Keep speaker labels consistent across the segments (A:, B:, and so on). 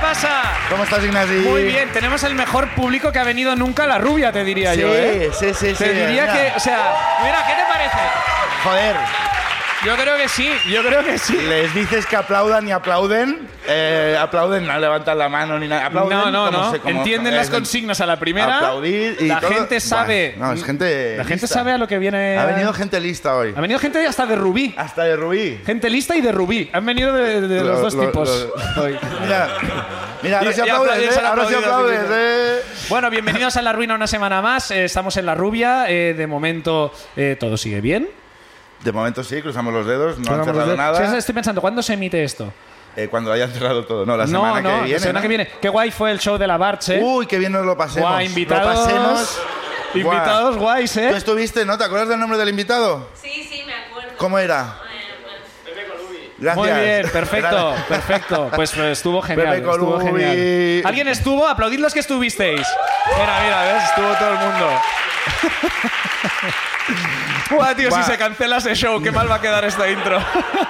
A: pasa?
B: ¿Cómo estás, Ignasi?
A: Muy bien, tenemos el mejor público que ha venido nunca a la rubia, te diría
B: Sí,
A: yo, ¿eh?
B: sí, sí, sí.
A: Te diría
B: mira.
A: que, o sea, mira, ¿qué te parece?
B: Joder,
A: Yo creo que sí, yo creo que sí.
B: les dices que aplaudan y aplauden. eh, aplauden, no levantan la mano ni nada. Aplauden,
A: No, no,
B: como
A: no.
B: se- como-
A: Entienden las
B: eh,
A: consignas a la primera.
B: Aplaudir y
A: la
B: todo.
A: gente sabe.
B: Bueno, no, es gente
A: La gente
B: lista.
A: sabe eh, a lo que viene.
B: Ha venido gente lista hoy.
A: Ha venido gente hasta de rubí.
B: Hasta de Rubí.
A: Gente lista y de rubí. Han venido de, de los
B: Lo-
A: dos
B: lo-
A: tipos.
B: lo-
A: hoy.
B: Mira, mira, ahora
A: Y-
B: sí
A: y
B: aplaudes,
A: aplaudes,
B: ¿eh?
A: han
B: Ahora sí
A: aplaudido,
B: aplaudes,
A: sí,
B: ¿eh?
A: Bueno, bienvenidos a La Ruina una semana más. Eh, estamos en La Rubia. Eh, de momento eh, todo sigue bien.
B: De momento sí, cruzamos los dedos, no han
A: Vamos a
B: cerrado
A: ver. Sí,
B: nada.
A: estoy pensando, ¿cuándo se emite esto?
B: Eh, cuando hayan cerrado todo, no, la
A: no,
B: semana
A: no, Uh,
B: que viene.
A: la semana
B: ¿no?
A: que viene. Qué guay fue el show de la Barche.
B: Uy, qué bien nos lo pasemos.
A: guay, ¿Eh? invitados.
B: Lo pasemos. Buah.
A: Invitados guays, ¿eh?
B: Tú estuviste, ¿no? ¿Te acuerdas del nombre del invitado?
C: Sí, sí, me acuerdo. Ah,
B: ¿Cómo era? Gracias.
A: Muy bien, perfecto,
B: Era-
A: perfecto. Pues eh, estuvo genial,
B: Pepe
A: estuvo
B: Colubi.
A: genial. ¿Alguien estuvo? Aplaudid los que estuvisteis. Mira, mira, ¿ves? Estuvo todo el mundo. Buah, tío,
B: Buah.
A: si se cancela ese show, qué mal va a quedar esta intro.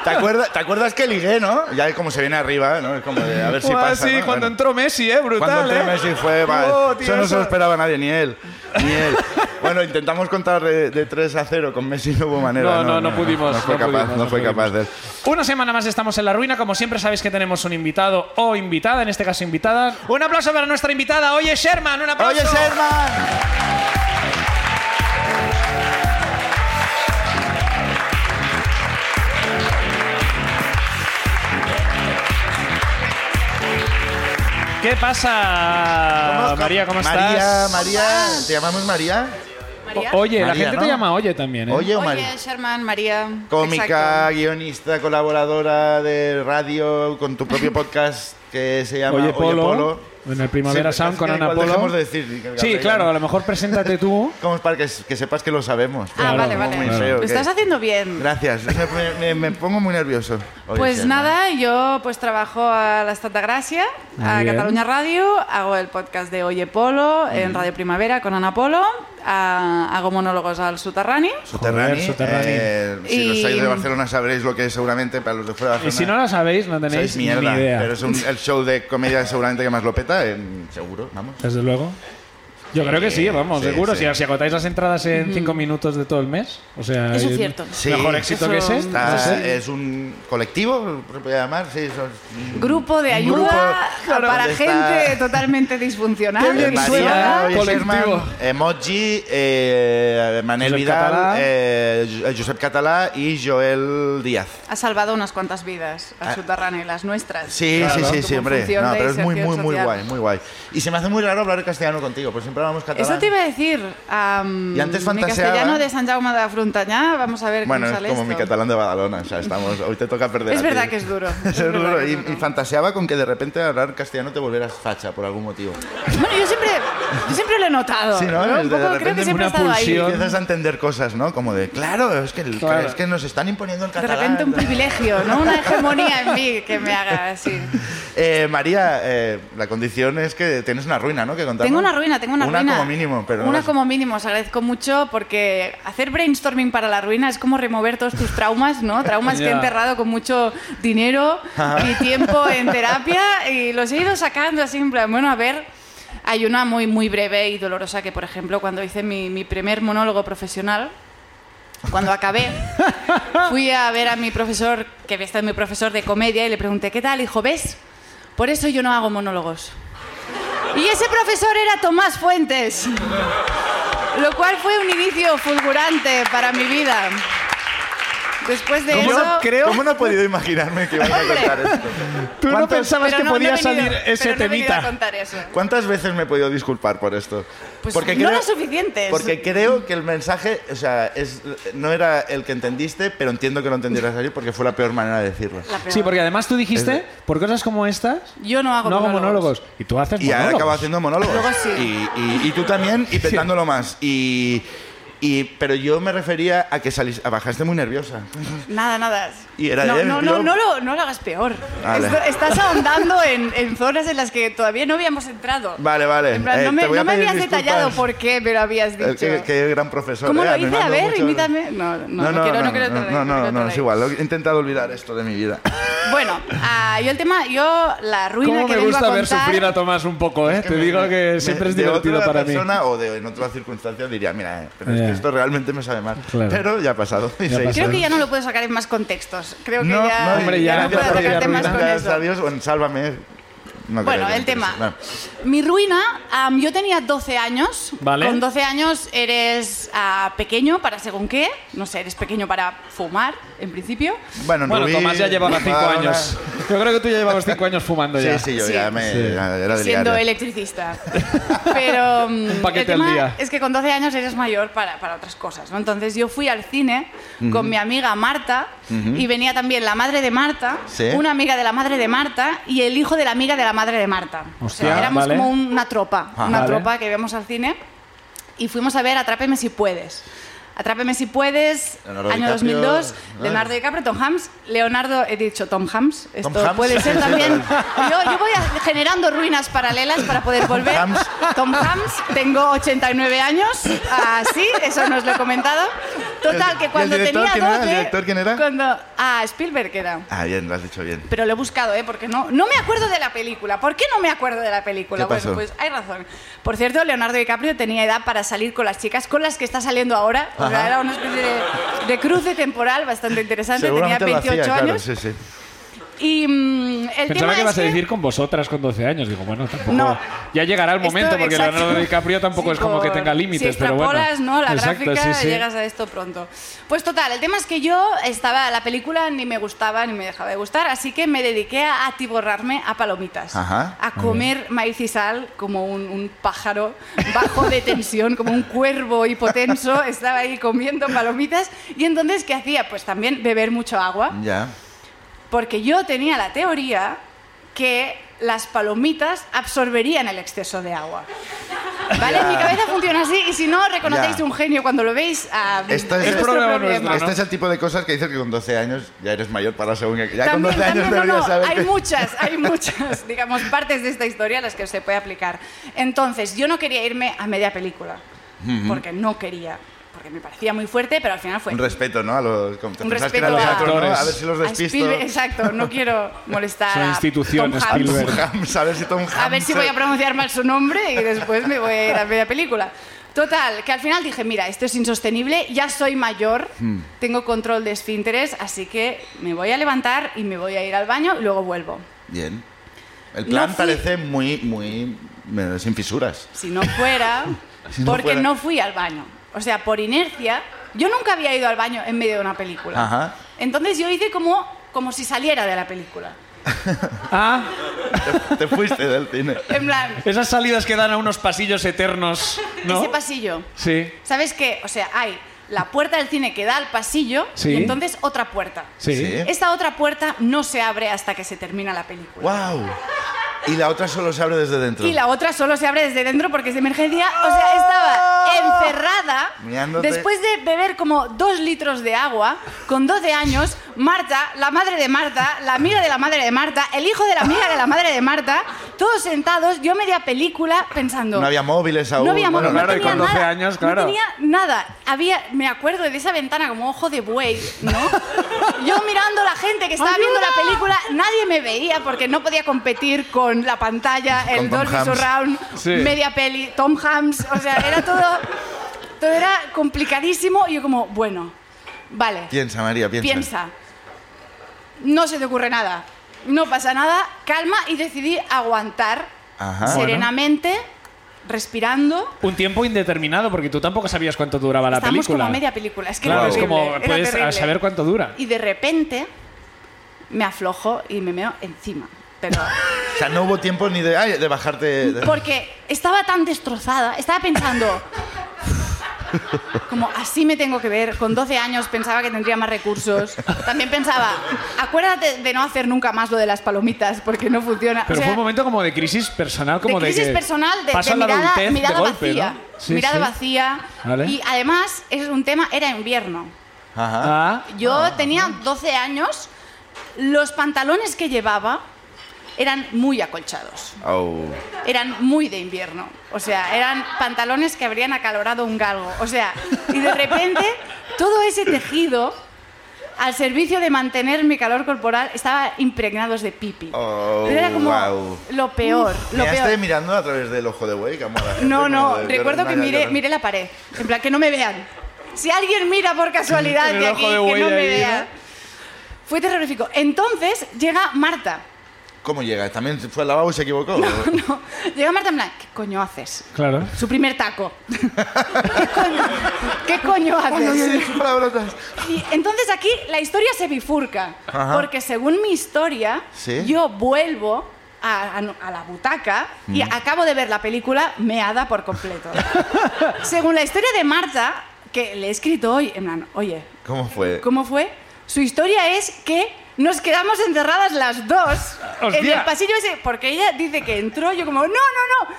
B: ¿Te acuerdas, ¿Te acuerdas que ligué, no? Ya es como se viene arriba, ¿no? Es como de a ver si
A: Buah,
B: pasa.
A: sí,
B: ¿no?
A: cuando
B: Bueno.
A: entró Messi, eh, brutal,
B: Cuando entró
A: eh.
B: Messi fue, vale.
A: Oh, tío,
B: eso no se lo
A: eso-
B: esperaba nadie, ni él. Ni él. bueno, intentamos contar eh, de, de 3 a 0 con Messi, no hubo manera.
A: No, no, no pudimos,
B: No fue
A: no
B: capaz,
A: pudimos,
B: no
A: no
B: fue
A: pudimos.
B: capaz de.
A: Una semana más estamos en la ruina. Como siempre sabéis que tenemos un invitado o invitada, en este caso invitada. Un aplauso para nuestra invitada. Oye, Sherman, un aplauso.
B: ¡Oye,
A: Ah,
B: Sherman!
A: ¿Qué pasa, María? ¿Cómo estás?
B: María, María. ¿Te llamamos María?
C: María.
A: O- Oye, la
B: María,
A: gente
B: ¿no?
A: te llama Oye también, ¿eh?
B: Oye o María.
C: Oye, Sherman, María.
B: Cómica,
C: Exacto.
B: guionista, colaboradora de radio con tu propio podcast que se llama
A: Oye, Polo.
B: Oye, Polo.
A: En el Primavera
B: Siempre-
A: Sound con
B: es que
A: Ana
B: igual dejamos
A: Polo.
B: de decir que-
A: Sí,
B: que-
A: claro, a lo mejor preséntate tú.
B: Como es para que, que sepas que lo sabemos.
C: Ah, vale,
B: Como
C: vale.
B: muy feo,
C: Lo
B: que-
C: estás haciendo bien.
B: Gracias, me, me- me pongo muy nervioso. Oye,
C: Pues
B: Sherman.
C: nada, yo pues trabajo a la Santa Gracia, a
A: Muy bien.
C: Cataluña Radio, hago el podcast de Oye Polo en Radio Primavera con Ana Polo, a- hago monólogos al Soterrani.
B: Soterrani,
A: Joder, Soterrani.
B: eh, si los
C: Y-
B: sois de Barcelona sabréis lo que es seguramente para los de fuera de
A: Y
B: Barcelona.
A: si no la sabéis, no
B: sois
A: tenéis
B: mierda,
A: ni idea.
B: pero es un- el show de comedia seguramente que más lo peta, en- seguro, vamos.
A: Desde luego. Yo creo que sí, vamos,
B: sí,
A: seguro.
B: sí.
A: Si, si agotáis las entradas en cinco minutos de todo el mes, o sea,
C: Eso es
A: el
C: cierto.
B: Sí.
A: mejor éxito
C: Eso
A: que ese.
B: Está-
A: no sé.
B: Es un colectivo, se puede llamar, sí, son-
C: Grupo de
B: Un
C: ayuda
B: grupo, claro,
C: para
B: donde
C: gente
B: está-
C: totalmente disfuncional.
A: Qué bien
B: María,
A: suena,
B: Oye,
A: colectivo.
B: Sherman, Emoji, eh, Manel
A: Josep
B: Vidal,
A: Catalá.
B: eh, Jo- Josep Catalá y Joel Díaz.
C: Ha salvado unas cuantas vidas, a Soterrani, las nuestras.
B: Ah. Sí, sí, sí, sí,
C: Como
B: hombre.
C: función
B: No,
C: de
B: pero es muy,
C: inserción
B: muy, muy
C: social.
B: guay, muy guay. Y se me hace muy raro hablar castellano contigo, pues siempre hablamos catalán.
C: Eso te iba a decir. am,
B: Y antes
C: mi
B: fantaseaba.
C: castellano de San Jaume de Frontanyà, vamos a ver
B: Bueno,
C: cómo
B: es
C: sale
B: como mi
C: esto.
B: catalán de Badalona, o sea, estamos, hoy te toca perder.
C: Es
B: a
C: verdad
B: ti.
C: que es duro.
B: Eso es
C: verdad
B: duro.
C: que
B: Y,
C: es duro.
B: y fantaseaba con que de repente hablar castellano te volvieras facha por algún motivo.
C: Bueno, yo siempre, yo siempre lo he notado.
B: Sí, ¿no?
C: Un
B: De
C: poco, creo
B: repente
C: que siempre he
A: una
C: estado
A: pulsión.
C: ahí.
B: Empiezas a entender cosas, ¿no? Como de, claro, es que, el-
A: Claro.
B: es que nos están imponiendo el
C: De
B: catalán.
C: repente un privilegio, ¿no? Una hegemonía en mí que me haga así.
B: Eh, María, eh, la condición es que tienes una ruina, ¿no? Que contarnos.
C: Tengo una ruina, tengo una, ruina.
B: Una como mínimo, pero no
C: Una
B: las-
C: como mínimo, os agradezco mucho porque hacer brainstorming para la ruina es como remover todos tus traumas, ¿no? Traumas que he
A: Ya.
C: enterrado con mucho dinero y tiempo en terapia y los he ido sacando así, en plan, bueno, a ver. Hay una muy, muy breve y dolorosa que, por ejemplo, cuando hice mi, mi primer monólogo profesional, cuando acabé, fui a ver a mi profesor, que había estado mi profesor de comedia, y le pregunté, ¿qué tal? Y dijo, ¿ves? Por eso yo no hago monólogos. Y ese profesor era Tomás Fuentes, lo cual fue un inicio fulgurante para mi vida. Después de
B: ¿Cómo,
C: eso...
B: no, ¿Cómo no he podido imaginarme que ibas a
C: Hombre.
B: contar esto?
A: Tú no
B: ¿Cuántas-
A: pensabas
C: pero
A: que
C: no, no he
A: podía
C: venido-
A: salir ese
C: pero no he venido a
A: temita.
C: contar eso.
B: ¿Cuántas veces me he podido disculpar por esto?
C: Pues no lo suficientes.
B: Porque creo que el mensaje, o sea, es, no era el que entendiste, pero entiendo que lo entendieras así porque fue la peor manera de decirlo.
C: La peor.
A: Sí, porque además tú dijiste, por cosas como estas,
C: Yo no hago
A: no hago
C: monólogos.
A: monólogos. Y tú haces
B: Y ahora
A: monólogos.
B: acabo haciendo monólogos.
C: Luego sí.
B: Y, y- y tú también, y petándolo más. Y, Y, pero yo me refería a que salís, a bajaste muy nerviosa.
C: Nada, nada.
B: Y era
C: no,
B: ayer,
C: no, no,
B: yo-
C: no lo, no lo hagas peor.
B: Vale.
C: Esto- Estás ahondando en, en zonas en las que todavía no habíamos entrado.
B: Vale, vale.
C: En plan,
B: Eh,
C: no me,
B: te voy a
C: no me
B: pedir
C: habías
B: disculpas.
C: detallado por qué, pero habías dicho.
B: Eh, Qué, qué gran profesor.
C: ¿Cómo
B: eh,
C: lo hice? A
B: animando
C: ver,
B: mucho.
C: imítame. No, no, no,
B: no,
C: quiero, no, quiero otra
B: no,
C: vez, quiero
B: no,
C: otra
B: no, es
C: vez.
B: igual. He intentado olvidar esto de mi vida.
C: Bueno, ah, yo el tema, yo la ruina
A: ¿Cómo
C: que
A: me
C: vengo a
A: gusta ver
C: contar.
A: sufrir a Tomás un poco, eh? Te digo que
B: Me-
A: siempre es
B: de
A: divertido
B: otra
A: para mí.
B: persona o de, en otra circunstancia diría, mira, eh, pero es
A: Ya.
B: que esto realmente me sabe mal.
A: Claro.
B: Pero ya ha pasado. y
A: Ya
B: se
A: ha
B: hizo.
A: pasado.
C: Creo que ya no lo puedo sacar en más contextos. Creo que
B: No,
C: ya,
B: no,
A: hombre, ya
C: no
A: no te
C: puedo
A: podía
C: tocar temas
A: arruinar.
C: con
B: Gracias
C: eso.
B: a Dios, o en Sálvame. no creo
C: Bueno,
B: que me
C: el tema.
B: interese. No.
C: Mi ruina, am, yo tenía 12 años.
A: Vale.
C: Con 12 años eres ah, pequeño para según qué. No sé, eres pequeño para fumar, en principio.
B: Bueno, en
A: Bueno,
B: Rubí,
A: Tomás ya llevaba cinco
B: Barcelona.
A: años. Yo creo que tú ya llevabas cinco años fumando
B: Sí,
A: ya.
B: sí, yo
C: Sí.
B: ya me.
A: Sí.
B: ya era de
C: siendo
B: liar, ya.
C: electricista. Pero mm,
A: paquete
C: el tema
A: al día.
C: es que con 12 años eres mayor para, para otras cosas, ¿no? Entonces yo fui al cine con mi amiga Marta y venía también la madre de Marta,
B: Sí.
C: una amiga de la madre de Marta y el hijo de la amiga de la madre de Marta. o
A: Hostia,
C: sea, éramos
A: vale.
C: como una tropa,
B: Ah,
C: una
A: vale.
C: tropa que íbamos al cine y fuimos a ver Atrápeme si puedes. Atrápeme si puedes,
B: Leonardo
C: año
B: DiCaprio,
C: 2002,
B: ¿no?
C: Leonardo DiCaprio, Tom Hanks, Leonardo, he dicho Tom Hanks, esto
B: Hanks.
C: puede ser
B: Sí, sí,
C: también. Yo, yo voy a- generando ruinas paralelas para poder volver.
B: Hanks.
C: Tom Hanks, tengo 89 años, así, eso nos lo he comentado. Total,
B: ¿Y
C: que
B: el
C: cuando
B: director
C: tenía
B: quién era?
C: 12...
B: ¿El director quién era?
C: Cuando, ah, Spielberg era.
B: Ah, bien, lo has dicho bien.
C: Pero lo he buscado, ¿eh? Porque no, no me acuerdo de la película. ¿Por qué no me acuerdo de la película?
B: ¿Qué pasó?
C: Bueno, pues hay razón. Por cierto, Leonardo DiCaprio tenía edad para salir con las chicas con las que está saliendo ahora. O sea,
B: Ajá.
C: era una especie de, de cruce temporal bastante interesante. Tenía
B: Seguramente lo hacía,
C: 28
B: claro,
C: años.
B: sí, sí.
C: Y mm,
A: Pensaba
C: el
A: que
C: tema es
A: ibas a
C: que-
A: decir con vosotras con 12 años. Digo, bueno, tampoco.
C: No.
A: Ya llegará el
C: Esto,
A: momento, porque
C: exacto.
A: Leonardo DiCaprio tampoco
C: Sí,
A: es como que
C: por-
A: tenga límites,
C: si
A: pero bueno.
C: extrapolas, ¿no? La
A: Exacto,
C: gráfica,
A: sí, sí.
C: llegas a esto pronto. Pues total, el tema es que yo estaba, la película ni me gustaba ni me dejaba de gustar, así que me dediqué a atiborrarme a palomitas,
B: Ajá,
C: a comer maíz y sal como un, un pájaro bajo de tensión, como un cuervo hipotenso, estaba ahí comiendo palomitas. Y entonces, ¿qué hacía? Pues también beber mucho agua.
B: Ya.
C: Porque yo tenía la teoría que las palomitas absorberían el exceso de agua. ¿Vale?
B: Ya.
C: Mi cabeza funciona así y si no reconocéis
B: Ya.
C: un genio cuando lo veis, ah,
B: Esto es-
C: vuestro
B: Es
A: problema nuestro,
B: este
A: ¿no?
B: es el tipo de cosas que dices que con 12 años ya eres mayor para según que. Ya con
C: También,
B: 12 años
C: también, no,
B: deberías
C: no,
B: saber.
C: hay
B: que-
C: muchas, hay muchas, digamos, partes de esta historia a las que se puede aplicar. Entonces, yo no quería irme a media película, porque no quería, porque me parecía muy fuerte, pero al final fue...
B: Un respeto, ¿no? A los. como te
C: pues. Un
B: pensabas que
C: respeto
B: eran los
C: a-
B: otros, ¿no? A ver
A: actores.
B: si los
C: a
B: despisto.
C: Spielberg- exacto, no quiero molestar
A: Son
C: a
A: instituciones,
C: Tom Hanks.
A: Spielberg.
B: Hanks, a ver si Tom
C: A ver si voy a pronunciar mal su nombre y después me voy a ir a media película. Total, que al final dije, mira, esto es insostenible, ya soy mayor,
B: Hmm.
C: tengo control de esfínteres, así que me voy a levantar y me voy a ir al baño y luego vuelvo.
B: Bien. El plan
C: No fui-
B: parece muy, muy. eh, sin fisuras.
C: Si no fuera,
B: Si no
C: porque
B: fuera.
C: no fui al baño. O sea, por inercia, yo nunca había ido al baño en medio de una película.
B: Ajá.
C: Entonces yo hice como, como si saliera de la película.
A: Ah,
B: Te, te fuiste del cine.
C: En plan,
A: esas salidas que dan a unos pasillos eternos, ¿no?
C: ese pasillo.
A: Sí,
C: ¿Sabes qué? O sea, hay la puerta del cine que da al pasillo
A: Sí.
C: y entonces otra puerta.
A: sí.
B: Sí.
C: Esta otra puerta no se abre hasta que se termina la película.
B: ¡Wow! Y la otra solo se abre desde dentro.
C: Y la otra solo se abre desde dentro porque es de emergencia. O sea,
B: ¡Ah!
C: estaba encerrada.
B: Mirándote.
C: Después de beber como dos litros de agua, con 12 años, Marta, la madre de Marta, la amiga de la madre de Marta, el hijo de la amiga de la madre de Marta, todos sentados, yo media película pensando.
B: No había móviles aún.
C: No había
B: Bueno,
C: móvil,
A: claro, y
C: no tenía
A: con 12
C: nada,
A: años,
C: No
A: claro.
C: tenía nada. Había, me acuerdo de esa ventana como ojo de buey, ¿no? Yo mirando a la gente que estaba viendo la película, nadie me veía porque no podía competir con la pantalla, el
B: Tom
C: Dolby
B: Hanks.
C: Surround,
A: Sí.
C: media peli, Tom Hanks, o sea, era todo, todo era complicadísimo y yo como, bueno, vale,
B: Piensa, María, piensa.
C: piensa, no se te ocurre nada, no pasa nada, calma y decidí aguantar
B: Ajá.
C: serenamente, respirando,
A: Un tiempo indeterminado, porque tú tampoco sabías cuánto duraba la
C: Estábamos
A: película.
C: como a media película. Es que
A: Claro,
C: era
A: es
C: horrible,
A: como,
C: era
A: puedes
C: terrible.
A: a saber cuánto dura.
C: Y de repente me aflojo y me meo encima. Pero
B: O sea, no hubo tiempo ni de, ay, de bajarte. de-
C: porque estaba tan destrozada, estaba pensando, Como así me tengo que ver. Con 12 años pensaba que tendría más recursos. También pensaba, acuérdate de no hacer nunca más lo de las palomitas porque no funciona. O
A: Pero
C: sea,
A: fue un momento como de crisis personal, como de,
C: de crisis
A: que
C: personal, de,
A: pasa
C: de
A: la
C: mirada,
A: adultez de
C: mirada
A: golpe,
C: vacía.
A: ¿no? Sí,
C: mirada
A: sí.
C: vacía.
A: Vale.
C: Y además, es un tema, era invierno.
B: Ajá.
A: Ah,
C: Yo tenía 12 años, los pantalones que llevaba eran muy acolchados,
B: Au.
C: eran muy de invierno. O sea, eran pantalones que habrían acalorado un galgo. O sea, y de repente todo ese tejido al servicio de mantener mi calor corporal estaba impregnados de pipi.
B: Oh,
C: Pero era como
B: guau.
C: lo peor, lo
B: Ya
C: peor.
B: estoy mirando a través del ojo de buey, como a la gente,
C: No,
B: como
C: no,
B: de-
C: recuerdo
B: lloran,
C: que
B: lloran,
C: miré,
B: lloran.
C: miré la pared. En plan, que no me vean. Si alguien mira por casualidad
A: En el
C: de
A: ojo
C: aquí,
A: de
C: que
A: buey
C: no me
A: ahí, ¿no?
C: vea. Fue terrorífico. Entonces llega Marta.
B: ¿Cómo llega? ¿También fue al lavabo y se equivocó?
C: No, llega Marta en plan, ¿qué coño haces?
A: claro.
C: Su primer taco. ¿Qué coño, qué coño
B: Ay, ay,
C: haces?
B: ay, sus palabrotas.
C: Y entonces aquí la historia se bifurca.
B: Ajá.
C: Porque según mi historia,
B: Sí.
C: yo vuelvo a, a- a la butaca y
B: Mm.
C: acabo de ver la película meada por completo. según la historia de Marta, que le he escrito hoy, en plan, oye,
B: ¿Cómo fue?
C: ¿cómo fue? Su historia es que nos quedamos encerradas las dos en
A: Hostia.
C: el pasillo ese, porque ella dice que entró, yo como, no, no,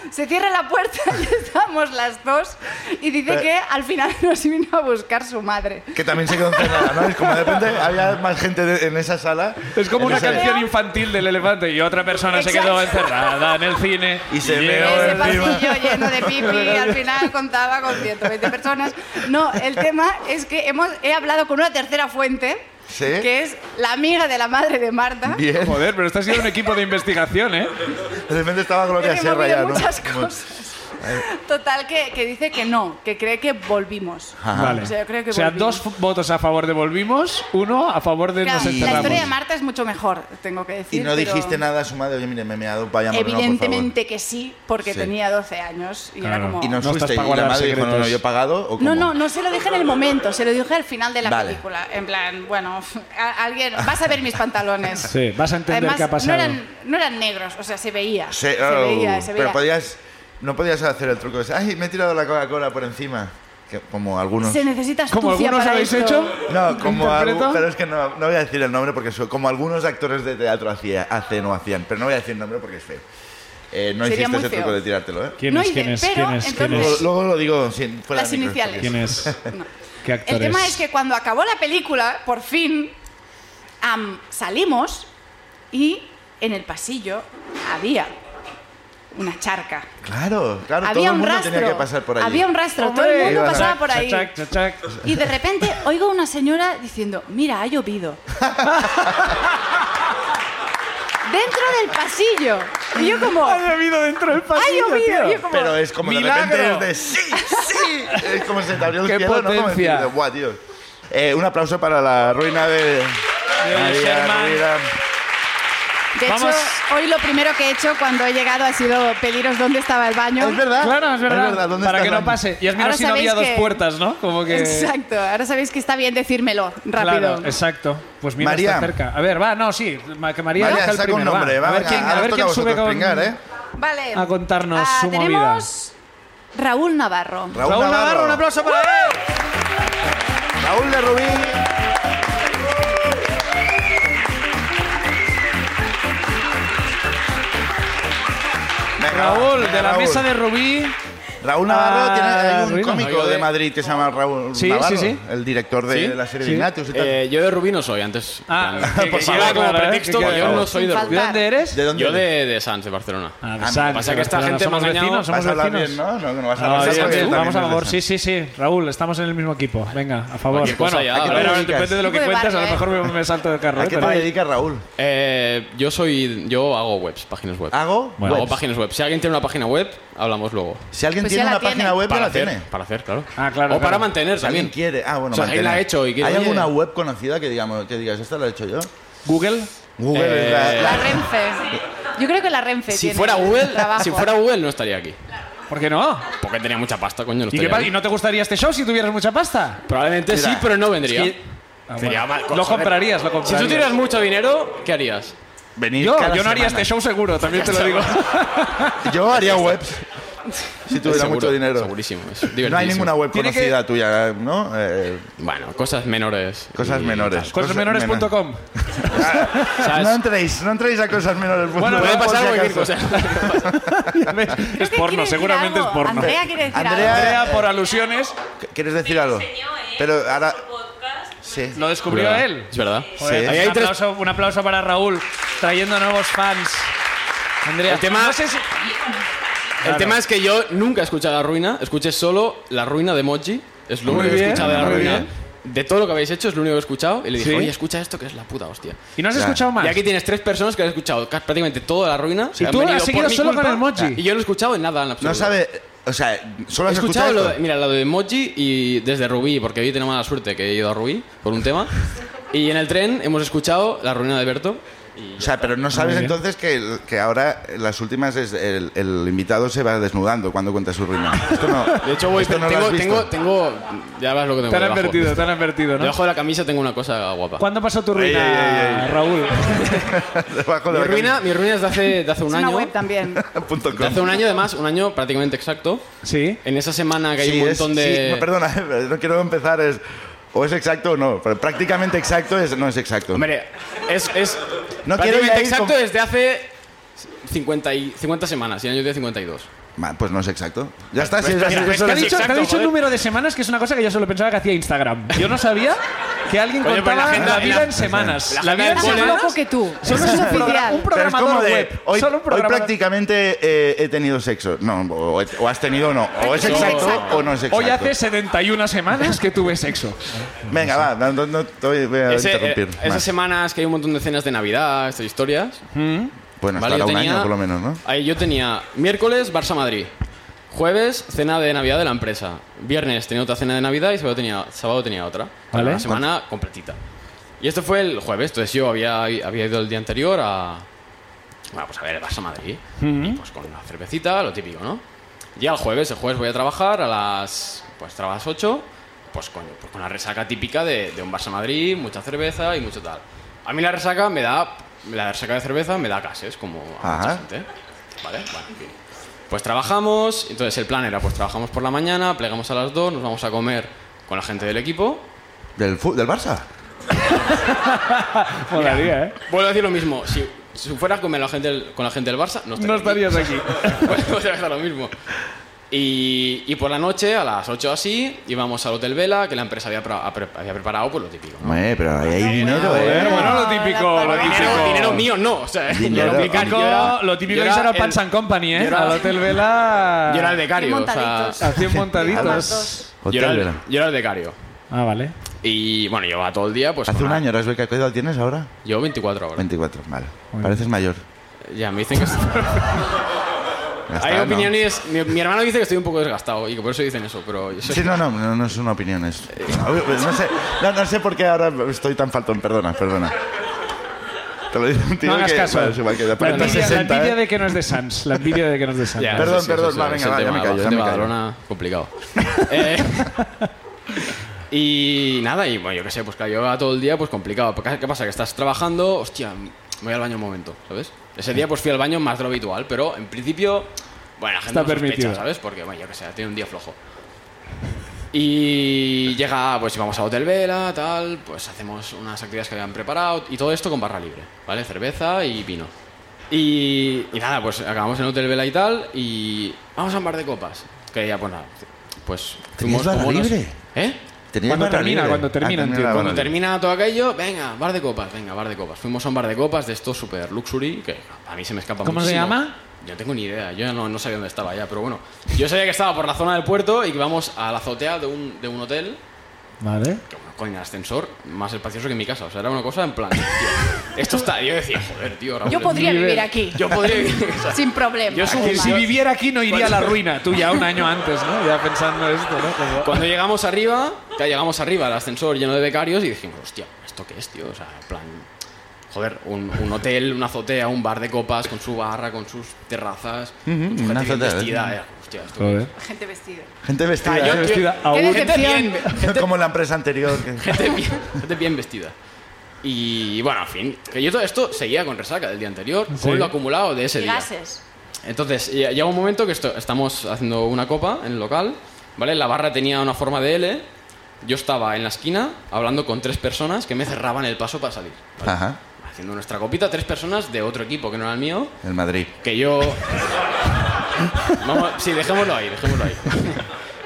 C: no, se cierra la puerta y estamos las dos. Y dice
B: Pero-
C: que al final nos vino a buscar su madre.
B: Que también se quedó encerrada, ¿no? Es como de repente había más gente de- en esa sala.
A: Es como
B: en
A: una
B: ese-
A: canción infantil del elefante y otra persona se quedó
C: Exacto.
A: encerrada en el cine.
B: Y se meó
A: llegó
C: ese
B: encima.
C: pasillo lleno de pipi al final contaba con 120 personas. No, el tema es que hemos, he hablado con una tercera fuente,
B: ¿Sí?
C: que es la amiga de la madre de Marta.
B: ¿Eh? Bien.
A: Joder, pero esto ha sido un equipo de investigación, ¿eh?
B: De repente estaba Gloria
C: Hemos
B: Serra
C: movido
B: ya, ¿no?
C: muchas cosas. Total, que, que dice que no, que cree que volvimos.
B: Ajá.
A: Vale.
C: O sea, yo creo que
A: O sea,
C: volvimos.
A: dos f- votos a favor de Volvimos, uno a favor de
C: Claro,
A: Nos
C: la
A: Encerramos.
C: historia de Marta es mucho mejor, tengo que decir.
B: Y no
C: pero
B: dijiste nada a su madre, oye, mire, me he meado, vaya moreno, por favor.
C: Evidentemente que sí, porque
B: Sí.
C: tenía 12 años y
A: Claro.
C: era como...
B: Y no,
A: No
B: fuiste,
A: estás
B: y
A: para
B: la madre
A: guardar
B: dijo, no, no,
A: secretos.
B: yo he pagado, ¿o
C: No,
B: cómo?
C: no, no se lo dije en el momento, se lo dije al final de la
B: Vale.
C: película. En plan, bueno, a- alguien, vas a ver mis pantalones.
A: Sí, vas a entender
C: Además,
A: qué ha pasado.
C: No eran, no eran negros, o sea, se veía.
B: Se-
C: Se,
B: oh,
C: veía, se veía.
B: Pero podías, no podías hacer el truco ese, ay, me he tirado la Coca-Cola por encima, que- como algunos.
C: Se necesita astucia
A: Como algunos
C: para
A: habéis
C: esto.
A: hecho.
B: No, como
A: ¿Interpreto?
B: algu- pero es que no, no voy a decir el nombre porque su- como algunos actores de teatro hacía, hacen o hacían, pero no voy a decir el nombre porque es feo. Eh, no
C: Sería
B: hiciste
C: muy
B: ese
C: feo.
B: truco de tirártelo, ¿eh?
A: ¿Quién
C: No,
A: es?
C: y de-
A: ¿Quién es?
C: pero,
A: ¿Quién es? ¿Quién
C: entonces-
B: Luego,
A: es?
B: luego lo digo sin, fuera
C: Las
B: de micro,
C: iniciales.
A: ¿Quién es?
C: No.
A: ¿Qué actor
C: El tema es que cuando acabó la película, por fin, am, salimos y en el pasillo había una charca.
B: Claro, claro, todo
C: había
B: el
C: un
B: mundo
C: rastro.
B: tenía que pasar por allí.
C: Había un rastro, todo el mundo
B: Iban a-
C: pasaba por ahí.
A: Chachac, chachac.
C: Y de repente oigo a una señora diciendo, mira, ha llovido. Dentro del pasillo. Y yo como,
A: Ha
C: ha
A: llovido dentro del pasillo,
C: llovido. Y
A: tío.
C: yo como,
B: Pero es como
A: ¡Milagro!
B: de repente es de sí, sí. Es como se te abrió el
A: ¡Qué
B: cielo, ¿no? Como
A: potencia!
B: decir, de, "Buah, tío". Eh, un aplauso para la ruina de María
A: Sherman.
B: Rovira.
C: de hecho,
A: Vamos.
C: hoy lo primero que he hecho cuando he llegado ha sido pediros dónde estaba el baño.
B: Es verdad.
A: Claro, es verdad.
B: ¿dónde
A: Para
B: está
A: que no
B: Ram?
A: pase. Y has mirado
C: Ahora
A: si no había dos
C: sabéis que-
A: puertas, ¿no? Como que.
C: Exacto, ahora sabéis que está bien decírmelo rápido.
A: Claro, exacto. Pues mira,
B: María.
A: está cerca. A ver, va, no, sí. ma- Que María,
B: María,
A: haga el
B: saca un
A: primero,
B: nombre.
A: va.
B: va,
A: a ver
B: venga,
A: quién, a
B: ahora
A: ver
B: os
A: quién
B: toca
A: sube
B: vosotros
A: con.
B: pringar, ¿eh?
C: Vale.
A: a contarnos
C: Ah,
A: su
C: tenemos Raúl Navarro.
B: Raúl,
A: Raúl Navarro, un aplauso para él.
B: Raúl de Rubí. Venga,
A: Raúl,
B: venga,
A: de la
B: Raúl.
A: mesa de Rubí.
B: Raúl Navarro
A: Ah,
B: tiene hay un
A: Ruiz, no,
B: cómico
D: yo
B: de
D: de-
B: Madrid que se llama Raúl
A: Sí, sí,
B: Navarro,
A: sí.
B: el director de
D: Sí,
B: la serie
A: sí.
B: de Ignatius y tal.
D: Eh, yo de Rubí no soy, antes.
A: Ah,
D: plan,
A: que- que
D: por
A: lleva
D: favor, como
A: claro, ¿eh?
D: pretexto,
A: Que queda
D: yo
A: claro.
D: no soy de
A: ¿De
D: Rubí.
A: dónde eres?
B: ¿De dónde
D: Yo
B: eres?
D: de, de Sanz, de Barcelona.
A: Ah, de
B: Ah,
A: Sanz,
D: pasa que esta
A: Barcelona.
D: gente me
A: somos
D: ha engañado.
A: vecinos, somos
B: Vas a hablar
A: vecinos.
B: bien, ¿no? No, que no vas a
A: Ah,
B: hablar
A: bien,
B: bien,
A: bien,
B: porque
A: vamos a
B: también
A: favor,
B: es
A: sí,
B: de
A: sí, sí. Raúl, estamos en el mismo equipo. Venga, a favor.
D: Cualquier cosa ya,
A: pero
D: habrá
A: depende de lo que
C: Equipo de
A: cuentas, a lo
C: barrio,
A: mejor me, me salto del carro.
B: Sanz. ¿A
A: ¿eh?
B: qué te
A: Pero-
B: dedicas, Raúl?
D: Eh, yo soy. Yo hago webs, páginas web.
B: ¿Hago?
A: Bueno.
D: Hago
B: Ah, webs.
D: páginas web. Si alguien tiene una página web, hablamos luego.
B: Si alguien
C: Pues
B: tiene
C: ya la
B: una página
C: tiene.
B: web, ya la
D: hacer,
B: tiene.
D: Para hacer, claro.
A: Ah, claro,
D: O para
A: claro.
D: mantener
B: Si alguien
D: también.
B: quiere. Ah, bueno,
D: O sea,
B: mantener.
D: alguien la ha hecho y quiere,
B: ¿Hay
D: oye,
B: alguna web conocida que digamos que digas, esta la he hecho yo?
A: Google.
B: Google es la-
D: Eh,
B: la-
C: La Renfe. Yo creo que la Renfe
D: Si
C: tiene
D: fuera Google,
C: trabajo.
D: si fuera Google no estaría aquí.
A: ¿Por qué no?
D: Porque tenía mucha pasta, coño. No
A: ¿Y, qué
D: Pues estaría
A: pa-
D: aquí.
A: y no te gustaría este show si tuvieras mucha pasta?
D: Probablemente sí,
B: Mira,
D: pero no vendría.
A: Y- Ah,
D: Sería
A: bueno.
D: mal-
A: Lo comprarías, lo
D: Si
A: comprarías.
D: tú tienes mucho dinero, ¿qué harías?
B: Venir
A: yo,
B: cada
A: yo no haría
B: semana.
A: este show seguro, también te lo digo.
B: Yo haría webs. si tuviera
D: Seguro,
B: mucho dinero.
D: Segurísimo. es
B: No hay
D: divertidísimo.
B: ninguna web
A: Tiene que-
B: conocida tuya, ¿no? Eh,
D: Bueno, cosas menores.
B: cosas
D: y
B: menores.
A: Cosas menores.com.
D: tal, ¿sabes?
B: No entréis, no entréis a cosas menores.
A: Bueno,
D: Puede
A: por
D: pasar
A: si
D: cualquier
A: acaso.
D: cosa.
A: es
C: Creo que quiere
A: porno,
C: decir
A: seguramente es
C: algo.
A: porno.
C: Andrea quiere decir
B: Andrea-
C: algo.
A: Andrea, por alusiones,
B: ¿Quieres decir algo?
C: eh,
B: Pero ahora. Sí.
A: lo descubrió
D: ¿Verdad?
A: él.
D: Es verdad.
A: Joder,
B: Sí.
A: un,
D: Ahí hay tres-
A: aplauso, un aplauso para Raúl, trayendo nuevos fans. Andrea,
D: El tema-
A: no sé si-
D: El tema es que yo nunca he escuchado la ruina, escuché solo la ruina de Moji, es lo
A: Muy
D: único que he
A: bien,
D: escuchado de la
A: muy
D: ruina.
A: bien.
D: De todo lo que habéis hecho, es lo único que he escuchado. Y le dije,
A: ¿Sí?
D: oye, escucha esto que es la puta hostia.
A: ¿Y no has
B: Ya.
A: escuchado más?
D: Y aquí tienes tres personas que han escuchado ca- prácticamente toda la ruina. que han
A: tú
D: venido
A: has
D: por
A: seguido
D: mi
A: solo
D: culpa,
A: con el Moji.
D: Y yo no he escuchado nada en absoluto.
B: No sabe. O sea, solo
D: He
B: has
D: escuchado,
B: escuchado.
D: lo
B: esto?
D: de- mira, lo de Moji y desde Rubí, porque hoy tenemos mala suerte que he ido a Rubí por un tema. Y en el tren hemos escuchado la ruina de Berto.
B: O sea, pero no sabes entonces que, el- que ahora en las últimas es el, el invitado se va desnudando cuando cuenta su ruina. Esto no.
D: De hecho, voy,
B: esto no lo
D: tengo,
B: has visto.
D: tengo, tengo- Ya ves lo que tengo.
A: Te han
D: debajo.
A: advertido, te han advertido, ¿no?
D: Debajo de la camisa tengo una cosa guapa.
A: ¿Cuándo pasó tu ruina,
B: Ey, ey, ey, ey.
A: Raúl?
B: Debajo de
D: Mi
B: la
D: ruina, mi ruina es de hace, de hace un
C: Es una
D: año.
C: web también.
B: camisa. Punto
D: De
B: com.
D: hace un año, además, un año prácticamente exacto.
A: Sí.
D: En esa semana que hay
B: Sí,
D: un
B: es-
D: montón de.
B: sí, no, perdona, eh, no quiero empezar. Es, o es exacto o no. Pero prácticamente exacto es, no es exacto.
D: Hombre, es. es
B: No quiero ir
D: prácticamente
B: ahí
D: exacto
B: con-
D: desde hace 50, y, 50 semanas y el año tiene 52.
B: Ma, Pues no es exacto. Ya está. sí, ya-
A: Te
B: eso
A: ha
B: es-
A: dicho, te ha
D: exacto,
A: dicho el
D: joder.
A: número de semanas, que es una cosa que yo solo pensaba que hacía Instagram. Yo no sabía que alguien
D: Coño,
A: contaba
D: pero pues la
A: la,
D: agenda-
A: vida
D: la-
A: en semanas.
D: la
A: La, vida en
D: agenda
C: Está más
D: del
A: semanas.
D: boleto-
C: loco que tú. Eso
A: Solo es
C: es
A: un, progra-
C: oficial.
B: Pero
A: un
B: es
A: programador
B: como de,
A: web.
B: Hoy,
A: solo un
B: hoy
A: programador.
B: prácticamente eh, he tenido sexo. No, o, o has tenido o no. O es
C: Exacto.
B: exacto o no es exacto.
A: Hoy hace 71 semanas que tuve sexo.
B: Venga, va, no, no- no te voy voy a
D: Ese, eh,
B: interrumpir.
D: esas
B: más.
D: semanas que hay un montón de cenas de Navidad, estas historias.
B: Bueno,
D: Vale,
B: hasta
D: yo
B: ahora un
D: tenía-
B: año por lo menos, ¿no?
D: Ahí yo tenía miércoles Barça Madrid. Jueves, cena de Navidad de la empresa. Viernes tenía otra cena de Navidad y sábado tenía, sábado tenía otra.
A: Vale.
D: Una semana completita. Y esto fue el jueves, entonces yo había, había ido el día anterior a. Bueno, pues a ver, el Barça Madrid. Y pues con una cervecita, lo típico, ¿no? Ya el jueves, el jueves voy a trabajar a las. Pues a las 8. Pues con, pues con la resaca típica de, de un Barça Madrid, mucha cerveza y mucho tal. A mí la resaca me da. La resaca de cerveza me da gases, como a mucha
B: Ajá.
D: gente. Vale, bueno, en fin. Pues trabajamos, entonces el plan era: pues trabajamos por la mañana, plegamos a las 2, nos vamos a comer con la gente del equipo
B: ¿Del, fu- del Barça?
A: Molaría, ¿eh?
D: Vuelvo a decir lo mismo. Si, si fuera a comer la gente del- con la gente del Barça, no estaría
A: No estarías aquí.
D: aquí. Vuelvo a hacer lo mismo. Y, y por la noche, a las 8 así, íbamos al Hotel Vela, que la empresa había, pra- ha pre- había preparado pues, lo típico. ¿no?
B: Hombre, pero ahí hay dinero, ¿eh?
A: Bueno, bueno, lo típico, lo
D: Dinero, dinero
A: típico.
D: mío no. O sea,
B: Dinero.
D: yo era un becario, yo era-
A: Lo típico
D: yo
A: que hicieron
D: el-
A: Pants and Company, ¿eh?
D: yo era-
A: Al Hotel Vela.
D: Yo era el becario.
C: Bien
D: o sea,
C: montaditos.
A: Hacían montaditos.
C: Amados.
D: yo, era
B: Hotel,
D: el,
B: Vela.
D: yo era el becario.
A: Ah, vale.
D: Y bueno, yo va todo el día, pues.
B: Hace
D: con
B: un
D: la-
B: año, ¿eras beca? ¿Qué edad tienes ahora?
D: Yo 24 horas.
B: 24, vale. Pareces mayor.
D: Ya, me dicen que.
B: Ya está,
D: Hay
B: ¿no?
D: opiniones. Mi, mi hermano dice que estoy un poco desgastado y que por eso dicen eso, pero yo soy-
B: Sí, no, no, no, no son opiniones. No sé, no, no sé por qué ahora estoy tan faltón, perdona, perdona. Te lo dice un tío
A: No hagas
B: que,
A: caso.
B: bueno, es igual que de
A: La
B: para
A: envidia, la
B: 60,
A: envidia
B: ¿eh?
A: de que no es de Sans. La envidia de que no es de Sans.
D: Ya,
B: Perdón,
D: sí, sí,
B: perdón,
D: sí,
B: va,
D: sí,
B: venga,
D: es
B: va,
D: el
B: ya me
D: tema,
B: callo,
D: va,
B: ya
D: el
B: me
D: tema
B: callo.
D: Badalona, complicado. Eh, y nada, y bueno, yo qué sé, pues claro, yoga todo el día, pues complicado. Porque, ¿Qué pasa? Que estás trabajando, hostia, me voy al baño un momento, ¿sabes? Ese día pues fui al baño más de lo habitual, pero en principio, bueno, la gente
A: Está
D: no sospecha,
A: permitido.
D: ¿sabes? Porque, bueno, yo qué sé, tiene un día flojo. Y llega, pues vamos a Hotel Vela, tal, pues hacemos unas actividades que habían preparado y todo esto con barra libre, ¿vale? Cerveza y vino. Y, y nada, pues acabamos en Hotel Vela y tal y vamos a un bar de copas. Que ya, pues nada, pues
B: ¿Tenías barra
D: como unos-
B: libre?
D: ¿Eh?
B: Tenías
A: Cuando
B: barra
A: termina,
B: libre. Ah,
A: cuando termina,
B: termina
A: tío,
B: la
A: cuando
B: barra libre.
D: Termina todo aquello, venga, bar de copas, venga, bar de copas. Fuimos a un bar de copas de estos super luxury que a mí se me escapa
A: ¿Cómo se
D: muchísimo.
A: llama?
D: Yo no tengo ni idea, yo ya no, no sabía dónde estaba ya, pero bueno. Yo sabía que estaba por la zona del puerto y que íbamos a la azotea de un, de un hotel
A: Vale.
D: que bueno, con el ascensor más espacioso que mi casa. O sea, era una cosa en plan, tío, esto está... Yo decía, joder, tío, Raúl,
C: Yo podría
A: Nivel.
C: vivir aquí.
D: Yo podría... vivir- o sea,
C: Sin problema.
D: Yo soy-
A: Que si
C: además.
A: viviera aquí no iría a la ruina. Tú ya un año antes, ¿no? Ya pensando esto, ¿no? Como-
D: Cuando llegamos arriba, ya llegamos arriba al ascensor lleno de becarios y dijimos, hostia, ¿esto qué es, tío? O sea, en plan, joder, un, un hotel, una azotea, un bar de copas con su barra, con sus terrazas, con su
B: una
D: gente bien
B: azotea,
D: vestida. eh, Hostia, esto qué es.
C: Gente vestida.
B: Gente vestida.
D: Ah, yo-
B: ¿eh?
A: Vestida
D: Qué
A: aún.
C: decepción.
D: Gente bien,
B: Como en la empresa anterior. que-
D: gente bien, gente bien vestida. Y bueno, en fin, que yo todo esto seguía con resaca del día anterior,
A: Sí.
D: con lo acumulado de ese
C: Y
D: día.
C: gases.
D: Entonces, ll- llega un momento que esto- estamos haciendo una copa en el local, ¿vale? La barra tenía una forma de L. Yo estaba en la esquina hablando con tres personas que me cerraban el paso para salir. ¿vale?
B: Ajá.
D: Haciendo nuestra copita, tres personas de otro equipo que no era el mío,
B: El Madrid.
D: que yo... Vamos, sí, dejémoslo ahí, dejémoslo ahí.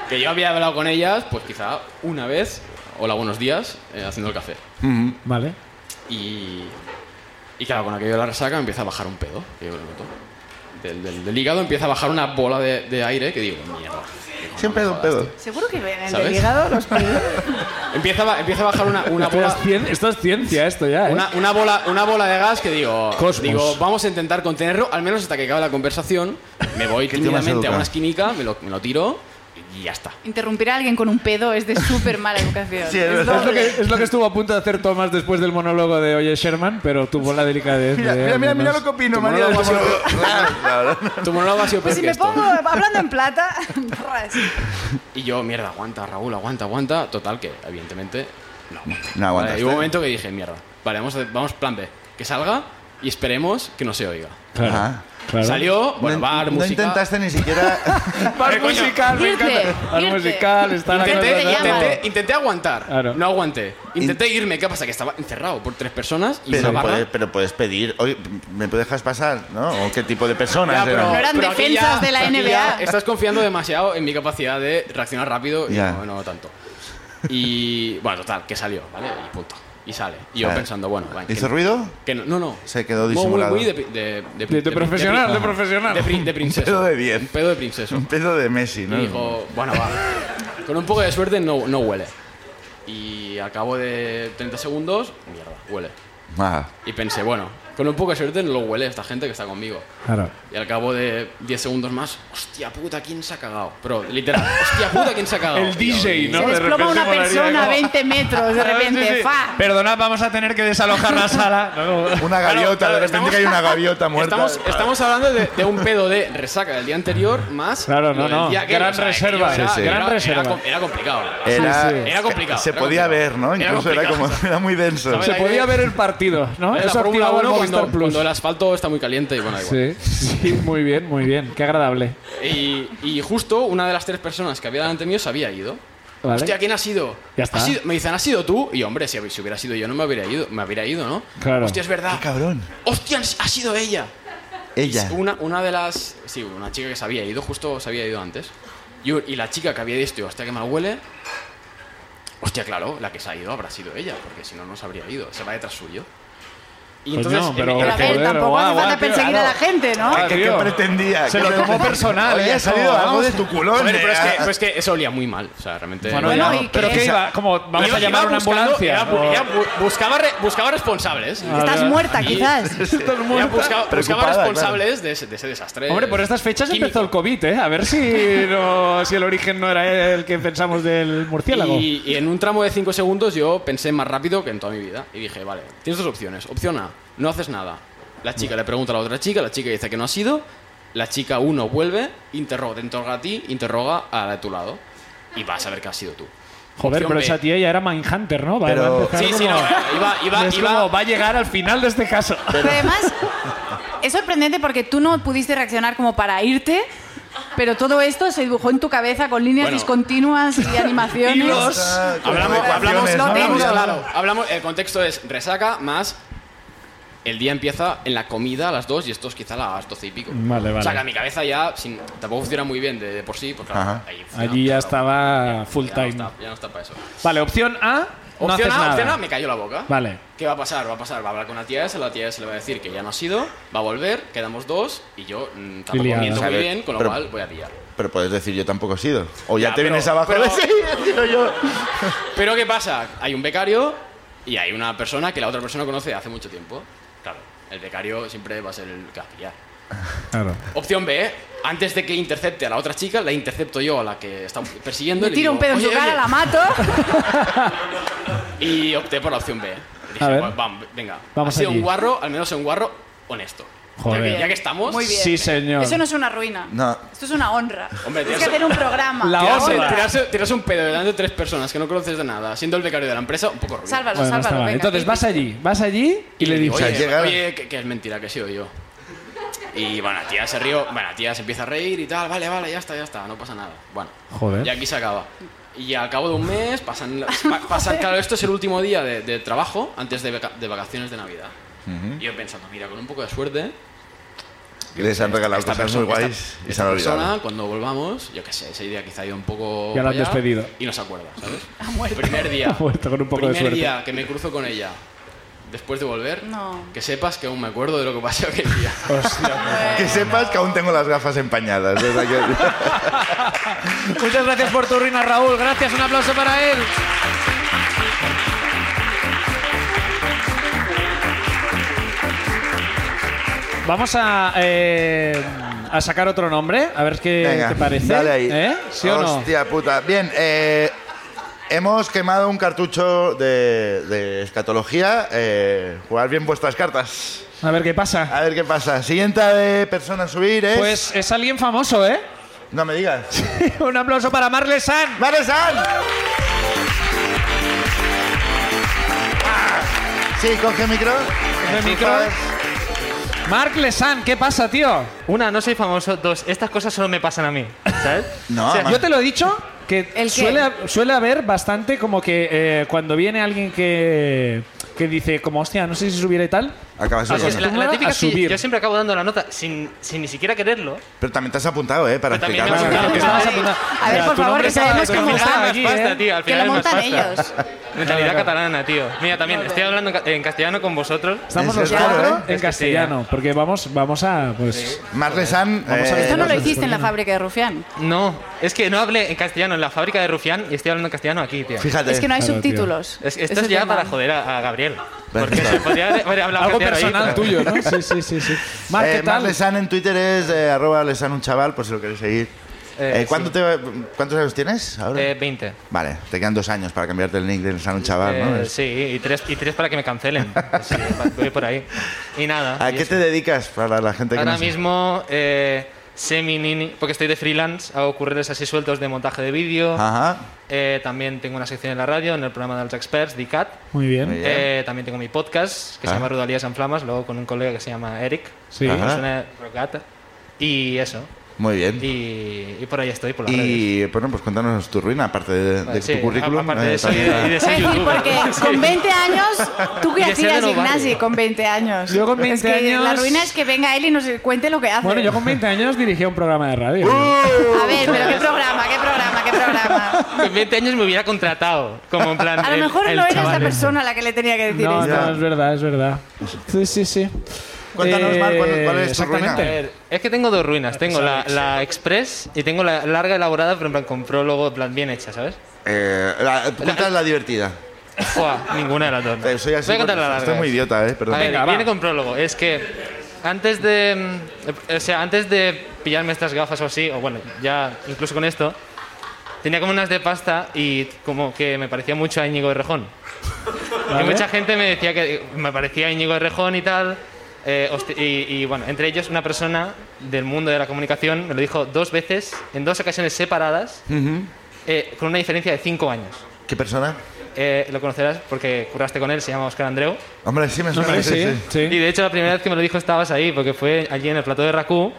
D: que yo había hablado con ellas, pues quizá una vez, hola, buenos días, eh, haciendo el café.
A: Vale.
D: Y, y claro, con aquello de la resaca me empieza a bajar un pedo, que yo lo noto. Del, del- del hígado empieza a bajar una bola de, de aire que digo, mierda. Digo,
B: Siempre es
D: no me
B: un
D: jodas,
B: pedo.
C: Seguro que ven el
D: ¿Sabes?
C: del hígado los pedos.
D: tío. este". Empieza a, ba- empieza a bajar una, una
A: Esto, ya
D: bola...
A: es cien- esto es ciencia, esto ya. ¿eh?
D: Una, una bola, una bola de gas que digo,
A: Cosmos.
D: digo, vamos a intentar contenerlo, al menos hasta que acabe la conversación. Me voy
B: Qué tío más
D: tímidamente a
B: educado.
D: una esquinica, me lo, me lo tiro y ya está.
C: Interrumpir a alguien con un pedo es de súper mala educación.
B: Sí, es verdad.
A: Es lo,
C: doble.
A: que, es lo que estuvo a punto de hacer Tomás después del monólogo de Oye Sherman, pero tuvo la delicadeza.
B: Mira,
A: de,
B: mira,
A: al
B: mira, mira
A: menos-
B: lo que opino,
D: Tu
B: María. del
D: monólogo ha
B: monólogo. Claro, claro.
D: Tu monólogo ha sido
C: Pues
D: peor
C: si
D: que
C: me
D: esto.
C: pongo hablando en plata, ras.
D: Y yo, mierda, aguanta, Raúl, aguanta, aguanta. Total, que evidentemente no aguanta.
B: No aguantaste.
D: Vale, y hubo un momento que dije, mierda, vale, vamos, a- vamos plan B, que salga y esperemos que no se oiga.
A: Claro,
B: Ah.
A: claro.
D: Salió, bueno,
B: no,
D: bar,
B: no
D: música.
B: intentaste ni siquiera.
A: Bar musical, me
C: Irte,
A: encanta. Bar
C: irte.
A: musical, estar
C: Irte,
A: acá-
C: Cuando
D: Intenté,
C: te
D: intenté,
C: llaman.
D: intenté aguantar,
A: Claro.
D: no aguanté. Intenté irme, ¿qué pasa? Que estaba encerrado por tres personas y
B: Pero
D: una barra.
B: puedes, pero puedes pedir, oye, ¿me dejas pasar? ¿No? ¿O qué tipo de personas
D: Ya,
B: eran?
C: No eran
D: pero aquí
C: defensas de la
D: aquí
C: NBA.
D: ya estás confiando demasiado en mi capacidad de reaccionar rápido y
B: Ya.
D: no, no tanto. Y bueno, total, que salió, ¿vale? Y punto. Y sale. Y yo
B: Vale.
D: pensando, bueno, va, que-
B: ¿Hizo ruido?
D: que no, no, no.
B: Se quedó
D: Muy,
B: disimulado.
D: Muy, de, pri- de, de,
A: De- de
D: pri-
A: profesional,
D: pri-
A: de profesional.
D: De, pri- de princesa.
B: Pedo de 10.
D: Pedo de princesa.
B: Un pedo de Messi,
D: Y
B: ¿no?
D: dijo, bueno, va. Con un poco de suerte no, no huele. Y al cabo de 30 segundos, mierda, huele.
B: Ah,
D: Y pensé, bueno, con un poco de suerte no lo huele esta gente que está conmigo.
A: Claro.
D: Y al cabo de 10 segundos más, hostia puta, ¿quién se ha cagado? Pero literal, hostia puta, ¿quién se ha cagado?
A: El DJ, ¿no?
C: Se
A: De
C: desploma
A: repente
C: una
A: molaría
C: persona a
A: como-
C: 20 metros de
A: Ah, sí,
C: repente.
A: sí.
C: ¡Fa!
A: Perdonad, vamos a tener que desalojar la sala. No,
B: Una
D: Claro,
B: gaviota,
D: claro,
B: de repente
D: estamos-
B: que hay una gaviota muerta.
D: Estamos, estamos hablando de, de un pedo de resaca del día anterior más.
A: Claro, no,
D: lo del
A: no.
D: día que-
A: Gran
D: que yo
A: reserva,
B: sí, sí.
A: gran
D: era-
A: reserva. Eh,
D: com- Era complicado.
B: Era,
A: Sí, sí.
D: Era complicado,
B: Se
D: era
B: podía
D: complicado.
B: ver, ¿no?
D: Era
B: Incluso era, como,
D: complicado.
B: era muy denso.
D: ¿Sabes?
A: Se podía ver el partido, ¿no?
D: Es
A: Eso
D: la Fórmula
A: activaba el
D: 1
A: Movistar
D: cuando,
A: Plus.
D: cuando el asfalto está muy caliente y bueno, da igual.
A: Sí, sí, muy bien, muy bien. Qué agradable.
D: Y, y justo una de las tres personas que había delante mío se había ido.
A: Vale.
D: Hostia, ¿quién ha sido?
A: Ya está.
D: "Ha sido-". Me dicen, ¿has sido tú? Y yo, hombre, si, si hubiera sido yo no me hubiera ido, me hubiera ido ¿no?
A: Claro.
D: Hostia, es
B: ¡Qué
D: verdad.
B: cabrón!
D: Hostia, ha sido ella.
B: Ella.
D: Una, una de las. Sí, una chica que se había ido, justo se había ido antes. Y, u- y la chica que había dicho, hostia, que mal huele. Hostia, claro, la que se ha ido habrá sido ella, porque si no, no se habría ido. Se va detrás suyo. Y
A: Coño,
D: entonces. en-
A: Pues pero-
D: en
C: Pero a ver,
A: Joder,
C: tampoco
A: guau,
C: hace falta
A: guau, tío,
C: perseguir a
A: claro.
C: la gente,
A: Ay,
C: ¿no?
B: ¿Qué, qué
A: Ah, tío.
B: pretendía?
A: Se
B: ¿Qué
A: lo
B: pretendía?
A: tomó personal,
B: Oye,
A: ¿eh?
B: ha salido
A: Como,
B: algo
A: vamos.
B: de tu culón.
D: Joder, pero es que,
B: eh.
D: pero es que eso olía muy mal. O sea, realmente.
A: Bueno,
C: Bueno,
A: ya,
C: ¿y
A: ¿Pero
C: qué?
A: qué iba? Como, vamos
D: Yo-
A: a llamar a
D: iba
A: una
D: buscando-
A: ambulancia.
D: iba bu-
A: o-
D: iba bu- buscaba, re- buscaba responsables.
C: Estás
A: Ah,
C: muerta,
D: y-
C: quizás.
D: Ya buscaba, buscaba
B: Preocupada,
D: responsables de, ese, de ese desastre.
A: Eh, Hombre, por estas fechas
D: químico.
A: empezó el COVID, ¿eh? A ver si, no- si el origen no era el que pensamos del murciélago.
D: Y, y en un tramo de 5 segundos yo pensé más rápido que en toda mi vida. Y dije, vale, tienes dos opciones. Opción A, no haces nada. La chica le pregunta a la otra chica, la chica dice que no ha sido. La chica 1 vuelve, interroga, te interroga a ti, interroga a la de tu lado. Y vas a ver que has sido tú.
A: Joder,
D: Opción
A: pero
D: B.
A: esa tía ya era Mindhunter, ¿no? Va,
B: Pero-
A: va a empezar
D: Sí, sí, no.
A: como-
D: Iba, iba,
A: es
D: iba,
A: como, va a llegar al final de este caso.
C: Pero además, es sorprendente porque tú no pudiste reaccionar como para irte, pero todo esto se dibujó en tu cabeza con líneas
D: Bueno.
C: discontinuas y animaciones.
B: Ah, con
D: Hablamos, hablamos,
B: relaciones,
C: no
B: hablamos,
C: tengo-
D: claro, hablamos, el contexto es resaca más el día empieza en la comida a las 2 y esto es quizá a las 12 y pico.
A: Vale, vale.
D: O sea, que a mi cabeza ya sin- tampoco funciona muy bien de, de por sí, pues claro,
B: Ajá.
D: ahí funciona,
A: Allí ya
D: claro,
A: estaba full
D: ya no
A: time.
D: está- ya no está para eso.
A: Vale, opción A, no
D: Opción
A: haces
D: A,
A: nada.
D: opción A, me cayó la boca.
A: Vale.
D: ¿Qué va a pasar? Va a pasar, va a hablar con la tía esa, la tía esa le va a decir que ya no ha sido, va a volver, quedamos dos y yo mm, tampoco
A: liada.
D: miento
B: O sea,
D: muy
B: que-
D: bien, con lo
B: pero-
D: cual voy a pillar.
B: Pero puedes decir, yo tampoco he sido. O ya,
D: Ya,
B: te
D: pero-
B: vienes abajo
D: pero-
B: de sí, he sido yo.
D: Pero ¿qué pasa? Hay un becario y hay una persona que la otra persona conoce de hace mucho tiempo. Claro, el becario siempre va a ser el que va a pillar.
A: Claro.
D: Opción B, antes de que intercepte a la otra chica, la intercepto yo a la que está persiguiendo.
C: Le
D: y le
C: tiro un
D: digo,
C: pedo en su
D: "Oye,
C: cara,
D: oye".
C: la mato.
D: Y opté por la opción B. Dije,
A: A ver.
D: "Bueno, vam- venga,
A: Vamos
D: ha sido
A: allí.
D: un guarro, al menos un guarro honesto.
A: Joder.
D: Ya que, ya que estamos,
C: Muy bien.
A: Sí, señor.
C: Eso no es una ruina.
B: No.
C: Esto es una honra.
D: Hombre,
C: Tienes
D: tío,
C: que hacer
D: eso-
C: un programa.
A: La
D: tirarse,
A: honra.
D: tirarse- tirarse un pedo delante de tres personas que no conoces de nada, siendo el becario de la empresa, un poco ruido.
C: Sálvalo,
A: Bueno, no está
C: sálvalo.
A: mal.
C: venga,
A: Entonces
C: que-
A: vas allí, vas allí y le
D: digo,
A: dices...
B: O sea,
D: oye,
B: llega-
D: oye, que, que es mentira, que he sido yo. Y bueno, la tía se rió, bueno, la tía se empieza a reír y tal, vale, vale, ya está, ya está, no pasa nada. Bueno,
A: Joder.
D: y aquí se acaba. Y al cabo de un mes pasan, la- pa- pasan claro, esto es el último día de, de trabajo antes de, vaca- de vacaciones de Navidad. Y yo pensando, mira, con un poco de suerte,
B: Y les han regalado
D: esta,
B: cosas
D: perso-
B: muy guays
D: esta-
B: y se
D: esta
B: han olvidado.
D: persona, cuando volvamos, yo qué sé, ese día quizá ha ido un poco.
A: Ya la
D: para
A: has
D: allá
A: despedido.
D: Y no se acuerda, ¿sabes? Ha muerto. Primer día.
A: Ha muerto con un poco de
D: primer
A: suerte.
D: día que me cruzo con ella, después de volver,
C: No.
D: que sepas que aún me acuerdo de lo que pasó aquel día.
B: Que sepas que aún tengo las gafas empañadas. o sea que-
A: Muchas gracias por tu ruina, Raúl. Gracias, un aplauso para él. Vamos a, eh, a sacar otro nombre, a ver qué
B: Venga,
A: te parece.
B: dale ahí.
A: ¿Eh? ¿Sí o no?
B: Hostia puta. Bien, eh, hemos quemado un cartucho de, de escatología. Eh, jugad bien vuestras cartas.
A: A ver qué pasa.
B: A ver qué pasa. Siguiente de persona a subir es...
A: Pues es alguien famoso, ¿eh?
B: No me digas.
A: un aplauso para Marle San.
B: ¡Maresan! Ah, Sí, coge micro.
A: Coge micro. Marc Lesan, ¿qué pasa, tío?
E: Una, no soy famoso. Dos, estas cosas solo me pasan a mí, ¿sabes?
B: No,
E: O sea,
B: Ah, man.
A: Yo te lo he dicho que
C: ¿El qué?
A: suele, suele haber bastante como que eh, cuando viene alguien que, que dice como hostia, no sé si subiré y tal.
B: Acabas
E: o sea,
A: sí,
E: la,
A: sí.
E: la típica,
A: A
E: sí,
A: subir.
E: yo siempre acabo dando la nota sin, sin ni siquiera quererlo.
B: Pero también te has apuntado, ¿eh? Para
E: Pero también me
B: explicarlo.
E: he apuntado.
A: que estabas apuntando.
C: A ver,
A: Mira,
C: por
A: tu
C: favemos
A: nombre
C: que
A: estaba-
C: sabemos
A: tu
C: que
A: nombre
E: Al
A: estaba
E: final
A: aquí,
C: montan,
E: es más pasta,
A: ¿eh?
E: tío. Al
C: Que
E: final Eh,
C: lo
E: es más
C: montan
E: pasta.
A: Claro,
E: Mentalidad
A: claro.
E: catalana, tío. Mira, también estoy hablando en ca- en castellano con vosotros.
A: Estamos
B: Ese
A: los
B: es raro,
A: cuatro
B: ¿eh?
A: en castellano, porque vamos, vamos a pues
B: Marle San. eh,
A: Vamos a ver.
C: Esto no lo
A: Entonces,
C: hiciste en la fábrica de Rufián.
E: No, es que no hablé en castellano en la fábrica de Rufián y estoy hablando en castellano aquí, tío.
B: Fíjate.
C: Es que no hay
A: Claro, tío.
C: subtítulos.
E: Es-
C: Ese
E: esto es ya
C: el tema.
E: para joder a, a Gabriel.
B: Vale,
E: Porque se
B: claro.
E: podría haber haber hablado
A: algo
E: castellano ahí,
A: personal
E: pero-
A: tuyo, ¿no? Sí, sí, sí, sí. Marc,
B: Eh,
A: ¿qué tal?
B: Marle San en Twitter es eh, arroba lesan un chaval, por si lo queréis seguir.
E: Eh,
B: Eh, ¿cuánto
E: sí.
B: te- ¿Cuántos años tienes ahora?
E: Eh, 20.
B: vale, te quedan dos años para cambiarte el nick de Lesan un
A: Ah,
B: chaval, ¿no?
E: Eh,
B: Es-
E: Sí, y tres, y tres para que me cancelen. Sí, va- voy por ahí. Y nada.
B: ¿A
E: y
B: qué
E: eso.
B: te dedicas para la gente que
E: Ahora
B: no sabe?
E: mismo, eh, semi-nini, porque estoy de freelance, hago curreres así sueltos de montaje de vídeo.
B: Ajá.
E: Eh, también tengo una sección en la radio, en el programa de los experts, DICAT.
A: Muy
B: Muy
A: bien.
B: bien.
E: Eh, también tengo mi podcast, que
B: Ah.
E: se llama Rudalías en Flamas, luego con un colega que se llama Eric.
A: Sí.
E: que
B: Ajá.
E: Es una rocata. Y eso.
B: Muy bien.
E: Y, y por ahí estoy, por las redes.
B: Y bueno, pues cuéntanos tu ruina, aparte de,
E: Vale,
B: de
E: sí,
B: tu currículum.
E: Aparte
B: eh,
E: de eso y
B: también
E: de, y de
C: Es
E: ser
C: decir,
E: youtuber.
C: porque
E: Sí.
C: con 20 años, ¿tú qué
E: Y de ser de
C: hacías,
E: los
C: Ignasi,
E: barrios.
C: con 20 años?
A: Yo con 20
C: es que La
A: años-
C: ruina es que venga él y nos cuente lo que hace.
A: Bueno, yo con 20 años dirigía un programa de
B: Uh,
A: radio.
C: A ver, pero ¿qué programa? ¿Qué programa? ¿Qué programa?
E: Con 20 años me hubiera contratado. Como en plan.
C: A lo
E: el-
C: mejor
E: el
C: no eras la
E: chaval.
C: persona a la que le tenía que decir
A: No,
C: esto.
A: no, es verdad, es verdad. Sí, sí, sí. Eh,
B: Cuéntanos, Marc, ¿cuál- cuál es tu ruina?
A: exactamente.
E: A ver, es que tengo dos ruinas. Tengo la, la express y tengo la larga elaborada, pero en plan con prólogo, en plan bien hecha, ¿sabes?
B: Eh, la, cuéntanos la divertida.
E: Buah, ninguna de las dos. ¿no?
B: Eh, Soy así
E: Voy a contar
B: porque
E: la larga.
B: Estoy muy idiota, ¿eh? Perdón.
E: A ver,
A: Venga, va.
E: viene con prólogo. Es que antes de. mm, O sea, antes de pillarme estas gafas o así, o bueno, ya incluso con esto, tenía como unas de pasta y como que me parecía mucho a Íñigo Errejón. Y
A: Vale.
E: mucha gente me decía que me parecía Íñigo Errejón y tal. eh, hosti- y, y, bueno, entre ellos una persona del mundo de la comunicación me lo dijo dos veces, en dos ocasiones separadas, eh, con una diferencia de cinco años.
B: ¿Qué persona?
E: Eh, lo conocerás porque curraste con él, se llama Oscar Andreu.
B: Hombre, sí me suena.
A: Hombre,
B: sí,
A: sí,
B: sí.
A: sí.
E: Y de hecho la primera vez que me lo dijo estabas ahí, porque fue allí en el plató de Rakú,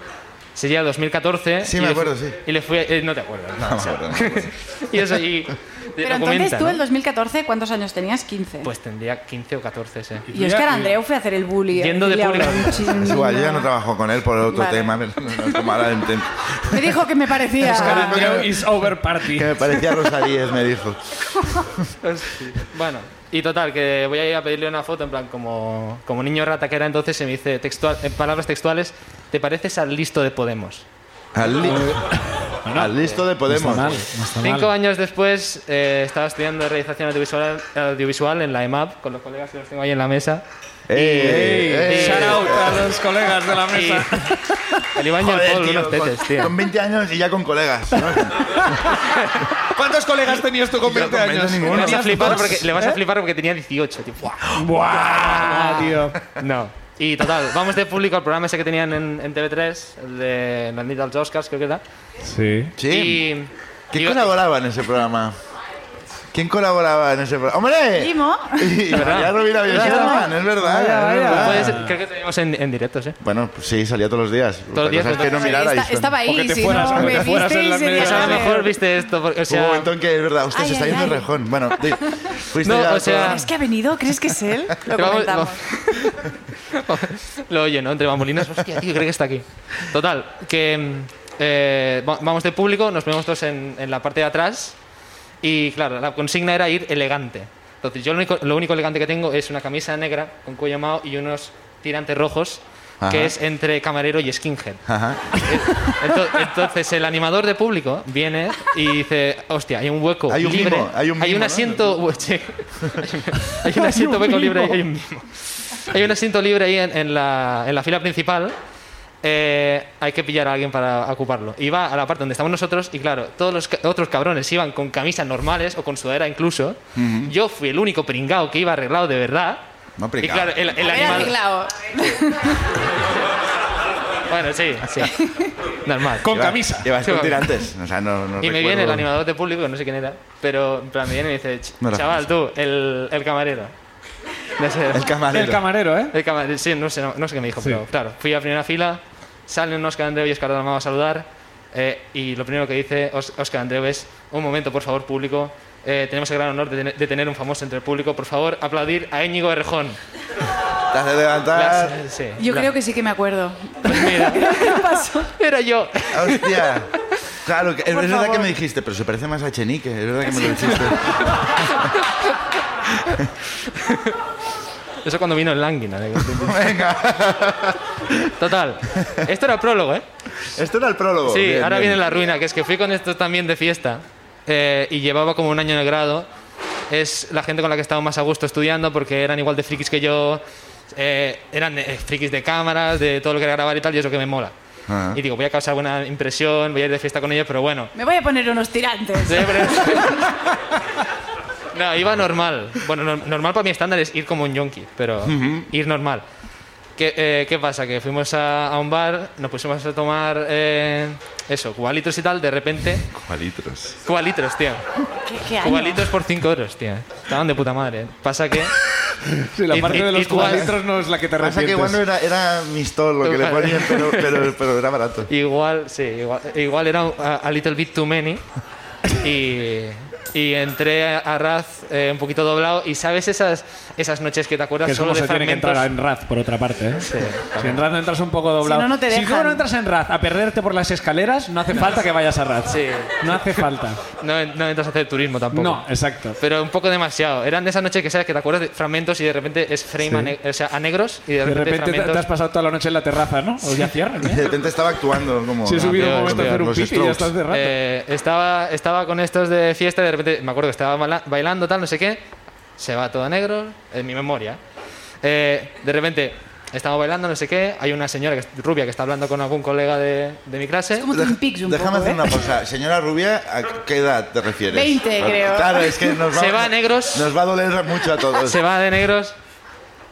E: sería 2014.
B: Sí,
E: y
B: me
E: le
B: acuerdo,
E: fu-
B: sí.
E: Y le fui... eh, no te acuerdas. no,
B: No,
E: o sea,
B: perdón, no, perdón.
E: y eso, y...
C: Pero
E: lo comenta,
C: entonces tú,
E: ¿no?
C: en 2014, ¿cuántos años tenías? 15.
E: Pues tendría 15 o 14, sí.
C: y Oscar Andreu fue a hacer el bully. eh,
E: Yendo de
C: le habló
E: público.
C: muchísimo.
B: Es igual, yo ya no trabajo con él por otro
C: Vale.
B: tema. pero No, no, como ahora entiendo.
C: Me dijo que me parecía.
A: Andreu is over party.
B: que me parecía Rosalíes, me dijo.
E: Bueno, y total, que voy a ir a pedirle una foto, en plan, como, como niño rata que era entonces, se me dice textual, en palabras textuales, ¿te pareces al listo de Podemos?
B: Al, li- al listo de
A: No está
B: Podemos.
A: mal, no está
E: Cinco
A: mal.
E: años después eh, estaba estudiando realización audiovisual, audiovisual en la EMAP, con los colegas que los tengo ahí en la mesa.
B: Ey, ey, ey.
A: Shout out a los colegas de la mesa.
E: El Iván y el
B: Joder,
E: Paul,
B: tío,
E: unos tetes,
B: con,
E: tío.
B: con 20 años y ya con colegas. ¿no?
A: ¿Cuántos colegas tenías tú con
B: Yo
A: 20
B: con
A: años?
B: 20
E: Le
B: ninguno.
E: vas a
A: ¿Tenías
E: flipar
A: dos?
E: porque, le vas a
A: ¿Eh?
E: flipar porque tenía 18, tío. Buah.
A: ¡Buah, tío!
E: No. Y total, vamos de público al programa ese que tenían en, en TV3, el de la nit dels Oscars, creo que era.
A: Sí.
B: Sí.
E: Y,
B: ¿Qué
E: digo-
B: colaboraba en ese programa? ¿Quién colaboraba en ese programa? ¡Hombre!
C: Limo.
B: Y María Rovira Villaserman, es verdad.
A: Vaya,
B: es
A: vaya.
B: verdad.
E: Puede ser- creo que teníamos en, en directo, sí.
B: Bueno, pues sí, salía todos los días. Otra
E: los días,
B: cosa es
E: todos
B: que no
E: los
B: mirarais.
C: Esta- estaba
A: O que
C: ahí,
A: te
C: si
A: fueras, o
C: no
A: que
C: me
A: te fueras en
C: visteis
A: las
C: sería
A: medias.
E: Pues a
A: A
E: lo
A: ver.
E: mejor viste esto, porque,
B: Hubo
E: o
B: un
E: sea,
B: momento en que es verdad, hostia,
C: Ay,
B: se está
C: ay,
B: yendo
C: ay.
B: Rejón. Bueno, di- fuiste
E: No,
B: ya
E: o sea-
B: todo-
C: ¿Crees que ha venido? ¿Crees que es él? Lo
E: Pero vamos-
C: comentamos.
E: lo oye, ¿no? Entre bambolinas, hostia, tío, creo que está aquí. Total, que mm, eh, va- vamos de público, nos ponemos todos en, en la parte de atrás y, claro, la consigna era ir elegante. Entonces, yo lo único, lo único elegante que tengo es una camisa negra con cuello amado y unos tirantes rojos,
B: Ajá.
E: que es entre camarero y skinhead.
B: Ajá.
E: Ento- Entonces el animador de público viene y dice, hostia, hay un hueco
B: Hay un
E: libre,
B: mimo, hay un mimo, ¿no?
E: asiento, hue- sí. hay un asiento hueco libre, ahí, hay un mimo. Hay un asiento libre ahí en, en la, en la fila principal. eh, hay que pillar a alguien para ocuparlo. Y va a la parte donde estamos nosotros y claro, todos los ca- otros cabrones iban con camisas normales o con sudadera incluso. Yo fui el único pringao que iba arreglado de verdad.
B: No
E: y
B: pringao.
E: claro, el,
C: Haber
E: el animal-
C: arreglado.
E: Bueno, sí, sí. Normal.
A: Con
B: Lleva-
A: camisa.
B: Llevas
E: Sí,
B: con
E: va.
B: tirantes. O sea, no, no
E: Y me
B: recuerdo-
E: viene el animador de público, no sé quién era, pero en plan me viene y me dice, "Ch-
B: No era
E: chaval, tú, el, el camarero. No sé,
B: El camarero.
A: El camarero, ¿eh?
E: el camarero, sí, no sé, no, no sé qué me dijo, pero claro, fui a primera fila, salen Oscar Andreu y Oscar Dalmau a saludar, eh, y lo primero que dice Os- Oscar Andreu es, un momento, por favor, público, eh, tenemos el gran honor de, tener- de tener un famoso entre el público, por favor, aplaudir a Íñigo Errejón.
B: Te has de levantar.
E: Las- sí,
C: Yo
E: la-
C: creo que sí que me acuerdo.
E: pues mira,
C: pasó?
E: era yo.
B: Hostia. Claro, que- es verdad
C: favor.
B: que me dijiste, pero se parece más a Chenique. Es verdad que me lo dijiste.
E: Eso cuando vino el Languina. digo.
B: Venga.
E: Total, esto era prólogo, ¿eh?
B: Esto era el prólogo.
E: Sí,
B: Bien,
E: ahora
B: bien.
E: viene la ruina, que es que fui con esto también de fiesta eh, y llevaba como un año en el grado. Es la gente con la que estaba más a gusto estudiando porque eran igual de frikis que yo, eh, eran eh, frikis de cámaras, de todo lo que era grabar y tal, y es lo que me mola.
B: Ajá.
E: Y digo, voy a causar buena impresión, voy a ir de fiesta con ellos, pero bueno.
C: Me voy a poner unos tirantes.
E: Sí, pero- no, iba normal. Bueno, no- normal para mi estándar es ir como un yonki, pero ir normal. ¿Qué, eh, qué pasa? Que fuimos a, a un bar, nos pusimos a tomar eh, eso, cubalitos y tal, de repente...
B: Palitros.
E: Cubalitos, tío.
C: ¿Qué, qué año?
E: Cubalitos por 5 euros, tío. Estaban de puta madre. Pasa que...
A: Sí, la
E: Y-
A: parte
E: y-
A: de
E: y
A: los
E: tú vas-
A: cuadritos no es la que te
B: Pasa que igual no
A: arrepientes.
B: era, era mistol lo que le ponían, pero, pero, pero era barato.
E: Igual, sí, igual, igual era a, a little bit too many. Y, y entré a, a Raz eh, un poquito doblado. Y sabes esas, esas noches que te acuerdas
A: Que es
E: solo
A: como
E: de
A: se tiene que entrar en
E: fragmentos?
A: Raz, por otra parte. ¿eh? si en Raz no entras un poco doblado.
C: Si no, no te
A: Si
C: dejan.
A: no entras en Raz a perderte por las escaleras, no hace falta que vayas a Raz.
E: Sí.
A: No hace falta.
E: No, en- no entras a hacer turismo tampoco.
A: No, exacto.
E: Pero un poco demasiado. Eran de esas noches que sabes que te acuerdas de fragmentos y de repente es frame
A: Sí.
E: a, ne- o sea, a negros y de
A: De
E: repente,
A: repente te,
E: fragmentos.
A: te has pasado toda la noche en la terraza, ¿no? O ya cierran,
B: De
A: ¿eh?
B: repente estaba actuando como.
A: Si he
B: Ah,
A: subido
E: peor,
A: un momento a
B: peor,
A: hacer un
B: los
A: pipi y ya
B: Strokes.
A: estás cerrando.
E: Eh, estaba, estaba con estos de fiesta y de repente me acuerdo que estaba baila- bailando, tal, no sé qué. Se va todo a negro, en mi memoria. Eh, de repente estamos bailando, no sé qué. Hay una señora que es rubia que está hablando con algún colega de, de mi clase.
C: Es como Twin Peaks un
B: Déjame
C: poco,
B: hacer
C: ¿eh?
B: una cosa. Señora Rubia, ¿a qué edad te refieres?
C: 20,
B: Claro,
C: creo.
B: Claro, es que nos va,
E: Se va a negros.
B: Nos va a doler mucho a todos.
E: Se va de negros,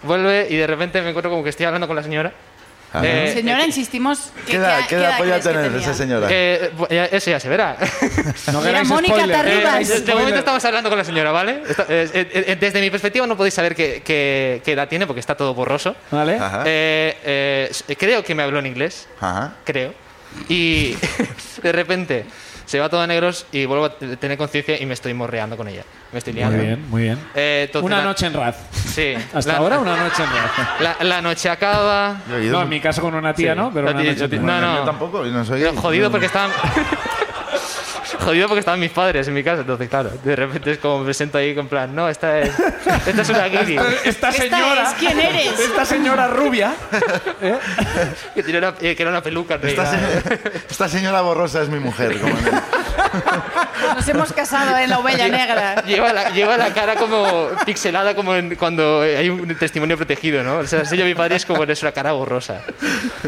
E: vuelve y de repente me encuentro como que estoy hablando con la señora.
B: Ajá.
E: Eh,
C: Señora, insistimos.
B: Ah,
C: que-
B: ¿Qué edad,
C: que-
B: qué edad podía
C: crees que
B: tener
C: tenía?
B: esa señora?
E: eh, bu- ya- eso ya se verá.
A: No
C: Era
A: queráis
C: Mónica
A: spoiler.
C: Tarribas.
E: Eh, de- de momento estamos hablando con la señora, ¿vale? Está- eh, eh, eh, desde mi perspectiva no podéis saber qué, qué- qué edad tiene porque está todo borroso.
A: ¿Vale?
B: Ajá.
E: Eh, eh, s- creo que me habló en inglés,
B: Ajá.
E: creo. Y de repente se va todo a negros y vuelvo a t- tener conciencia y me estoy morreando con ella. Me estoy liando.
A: Muy bien, muy bien.
E: Eh, entonces
A: Una
E: la-
A: noche en Raz.
E: Sí.
A: Hasta
E: La-
A: ahora una noche en Raz.
E: La, la noche acaba.
B: Yo he oído-
A: No, en mi caso con una tía,
E: Sí.
A: ¿no? Pero
E: No
A: una
E: tiene-
A: noche en
E: no
A: Raz.
E: tiene-
B: Bueno, Yo tampoco, y no soy gay.
E: Jodido porque estaban. Jodido porque estaban mis padres en mi casa, entonces claro, de repente es como me presento ahí con plan, no, esta es, esta es una guiri
A: Esta
C: Esta
A: señora.
C: es, ¿quién eres?
A: Esta señora rubia.
E: que, tenía una- eh, que era una peluca. en
B: Esta,
E: realidad.
B: se- esta señora borrosa es mi mujer. como en el-
C: Nos hemos casado en la Ovella Negra.
E: Lleva la, lleva la cara como pixelada como en- cuando eh, hay un testimonio protegido, ¿no? O sea, si yo a mi padre es como es una cara borrosa.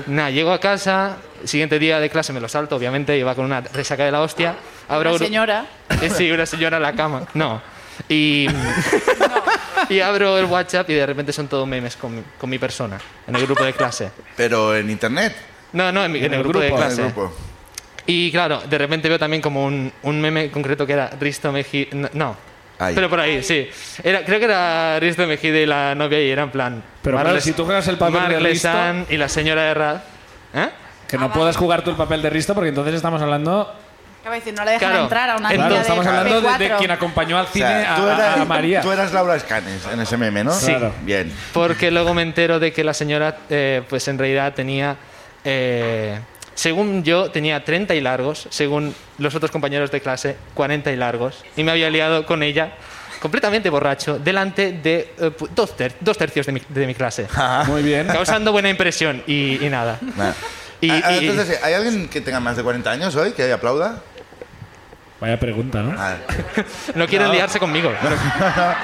E: Nada, llego a casa, siguiente día de clase me lo salto, obviamente, iba con una resaca de la hostia. Abro
C: Una
E: gru-
C: señora.
E: Eh, sí, una señora en la cama. No. Y, y abro el WhatsApp y de repente son todos memes con mi, con mi persona, en el grupo de clase.
B: Pero en internet.
E: No, no, en, mi- en el, grupo, de
A: grupo, en
E: clase.
B: En el grupo.
E: Y claro, de repente veo también como un, un meme concreto que era Risto Mejía. No,
B: Ahí.
E: Pero por ahí, sí. Era, creo que era Riz de Mejide y la novia y era en plan.
A: Pero claro, si tú juegas el papel de
E: Marle
A: listo-
E: San y la señora de Ra. ¿Eh?
A: Que
C: Ah,
A: no puedas jugar tú el papel de Risto porque entonces estamos hablando.
C: Acaba de decir, no le dejan
E: Claro.
C: entrar a una
E: Claro,
C: niña
A: Claro,
C: Ah, de
A: estamos hablando de- de,
C: P4.
A: quien acompañó al
B: O
A: cine
B: sea, tú,
A: a- a,
B: eras,
A: a María.
B: tú eras Laura Escanes en ese meme, ¿no?
A: Sí. Claro.
B: Bien.
E: Porque luego me entero de que la señora, eh, pues en realidad tenía. eh, según yo, tenía 30 y largos. Según los otros compañeros de clase, 40 y largos. Y me había liado con ella, completamente borracho, delante de eh, pu- dos, ter- dos tercios de mi, de mi clase.
A: Muy bien.
E: causando buena impresión y, y nada.
B: Vale.
E: Y-
B: Ah, ah,
E: y-
B: entonces, ¿hay alguien que tenga más de 40 años hoy que aplauda?
A: Vaya pregunta, ¿no?
B: Ah,
E: No quieren liarse conmigo.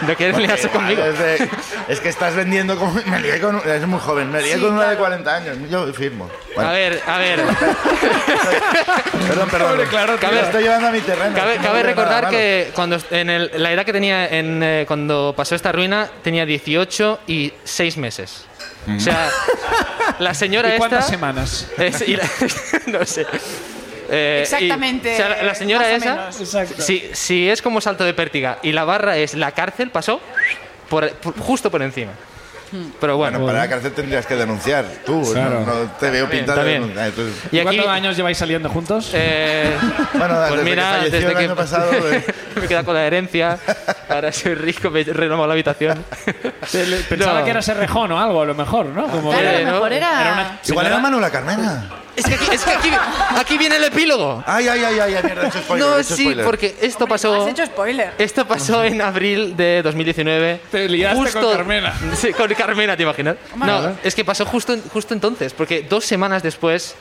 E: No quieren liarse
B: igual,
E: conmigo.
B: Es, de- es que estás vendiendo como... Me lié con... Es muy joven. Me lié
C: Sí,
B: con una de
C: claro.
B: 40 años. Yo firmo. Bueno,
E: A ver, a ver.
B: perdón, perdón.
E: claro,
B: Me
E: tío.
B: estoy llevando a mi terreno.
E: Cabe,
B: No
E: cabe
B: veo nada
E: recordar
B: malo.
E: que cuando en el- la edad que tenía en, eh, cuando pasó esta ruina tenía 18 y 6 meses. O sea, la señora
A: ¿Y cuántas
E: esta
A: semanas?
E: es- y la- no sé. Eh, y-
C: Exactamente,
E: o sea, la- la señora
C: más o
E: esa,
C: menos.
A: Exacto.
E: si, si es como salto de pértiga y la barra es la cárcel, pasó por- por- justo por encima.
C: Hmm.
E: Pero bueno.
B: Bueno, para la cárcel tendrías que denunciar. Tú, no-
A: Claro.
B: no, te veo
E: También,
B: pintado.
E: también.
B: entonces-
E: y aquí,
A: ¿Cuántos años lleváis saliendo juntos?
E: eh,
B: Bueno, desde que falleció el año pasado, eh.
E: me he quedado con la herencia, ahora soy rico, me he renovado la habitación.
A: Pensaba
E: no.
A: que eras Serrejón o algo, a lo mejor, ¿no? Como
C: Claro, a
E: Eh,
C: lo
E: ¿no?
C: mejor era...
A: Era una-
B: Igual era
A: Señora-
B: Manu la Carmena.
E: Es que, aquí, es que aquí, aquí viene el epílogo.
B: Ay, ay, ay, ay, mierda, he hecho spoiler.
E: no,
B: he hecho
E: sí,
B: spoiler.
E: porque esto pasó.
C: Has hecho spoiler.
E: Esto pasó en abril de 2019.
A: Te liaste con Carmena. Oh,
E: Sí, con Carmena, ¿te imaginas? No,
C: Hombre.
E: es que pasó justo, en- justo entonces, porque dos semanas después,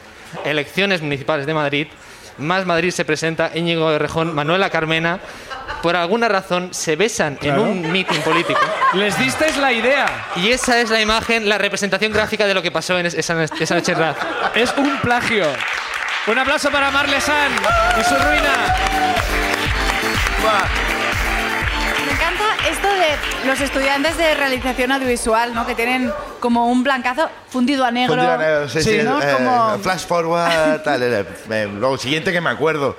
E: elecciones municipales de Madrid, Más Madrid se presenta, Íñigo Errejón, Manuela Carmena, por alguna razón se besan
A: Claro.
E: en un mitin político.
A: Les disteis la idea.
E: Y esa es la imagen, la representación gráfica de lo que pasó en es- esa, esa noche en Raz.
A: Es un plagio. Un aplauso para Marle San y su ruina.
C: Me encanta esto de los estudiantes de realización audiovisual, ¿no? Que tienen como un blancazo fundido a negro.
B: Continúa, eh, sí, sí,
C: ¿no?
B: eh,
C: como
B: Flash forward, tal. eh, eh, lo siguiente que me acuerdo.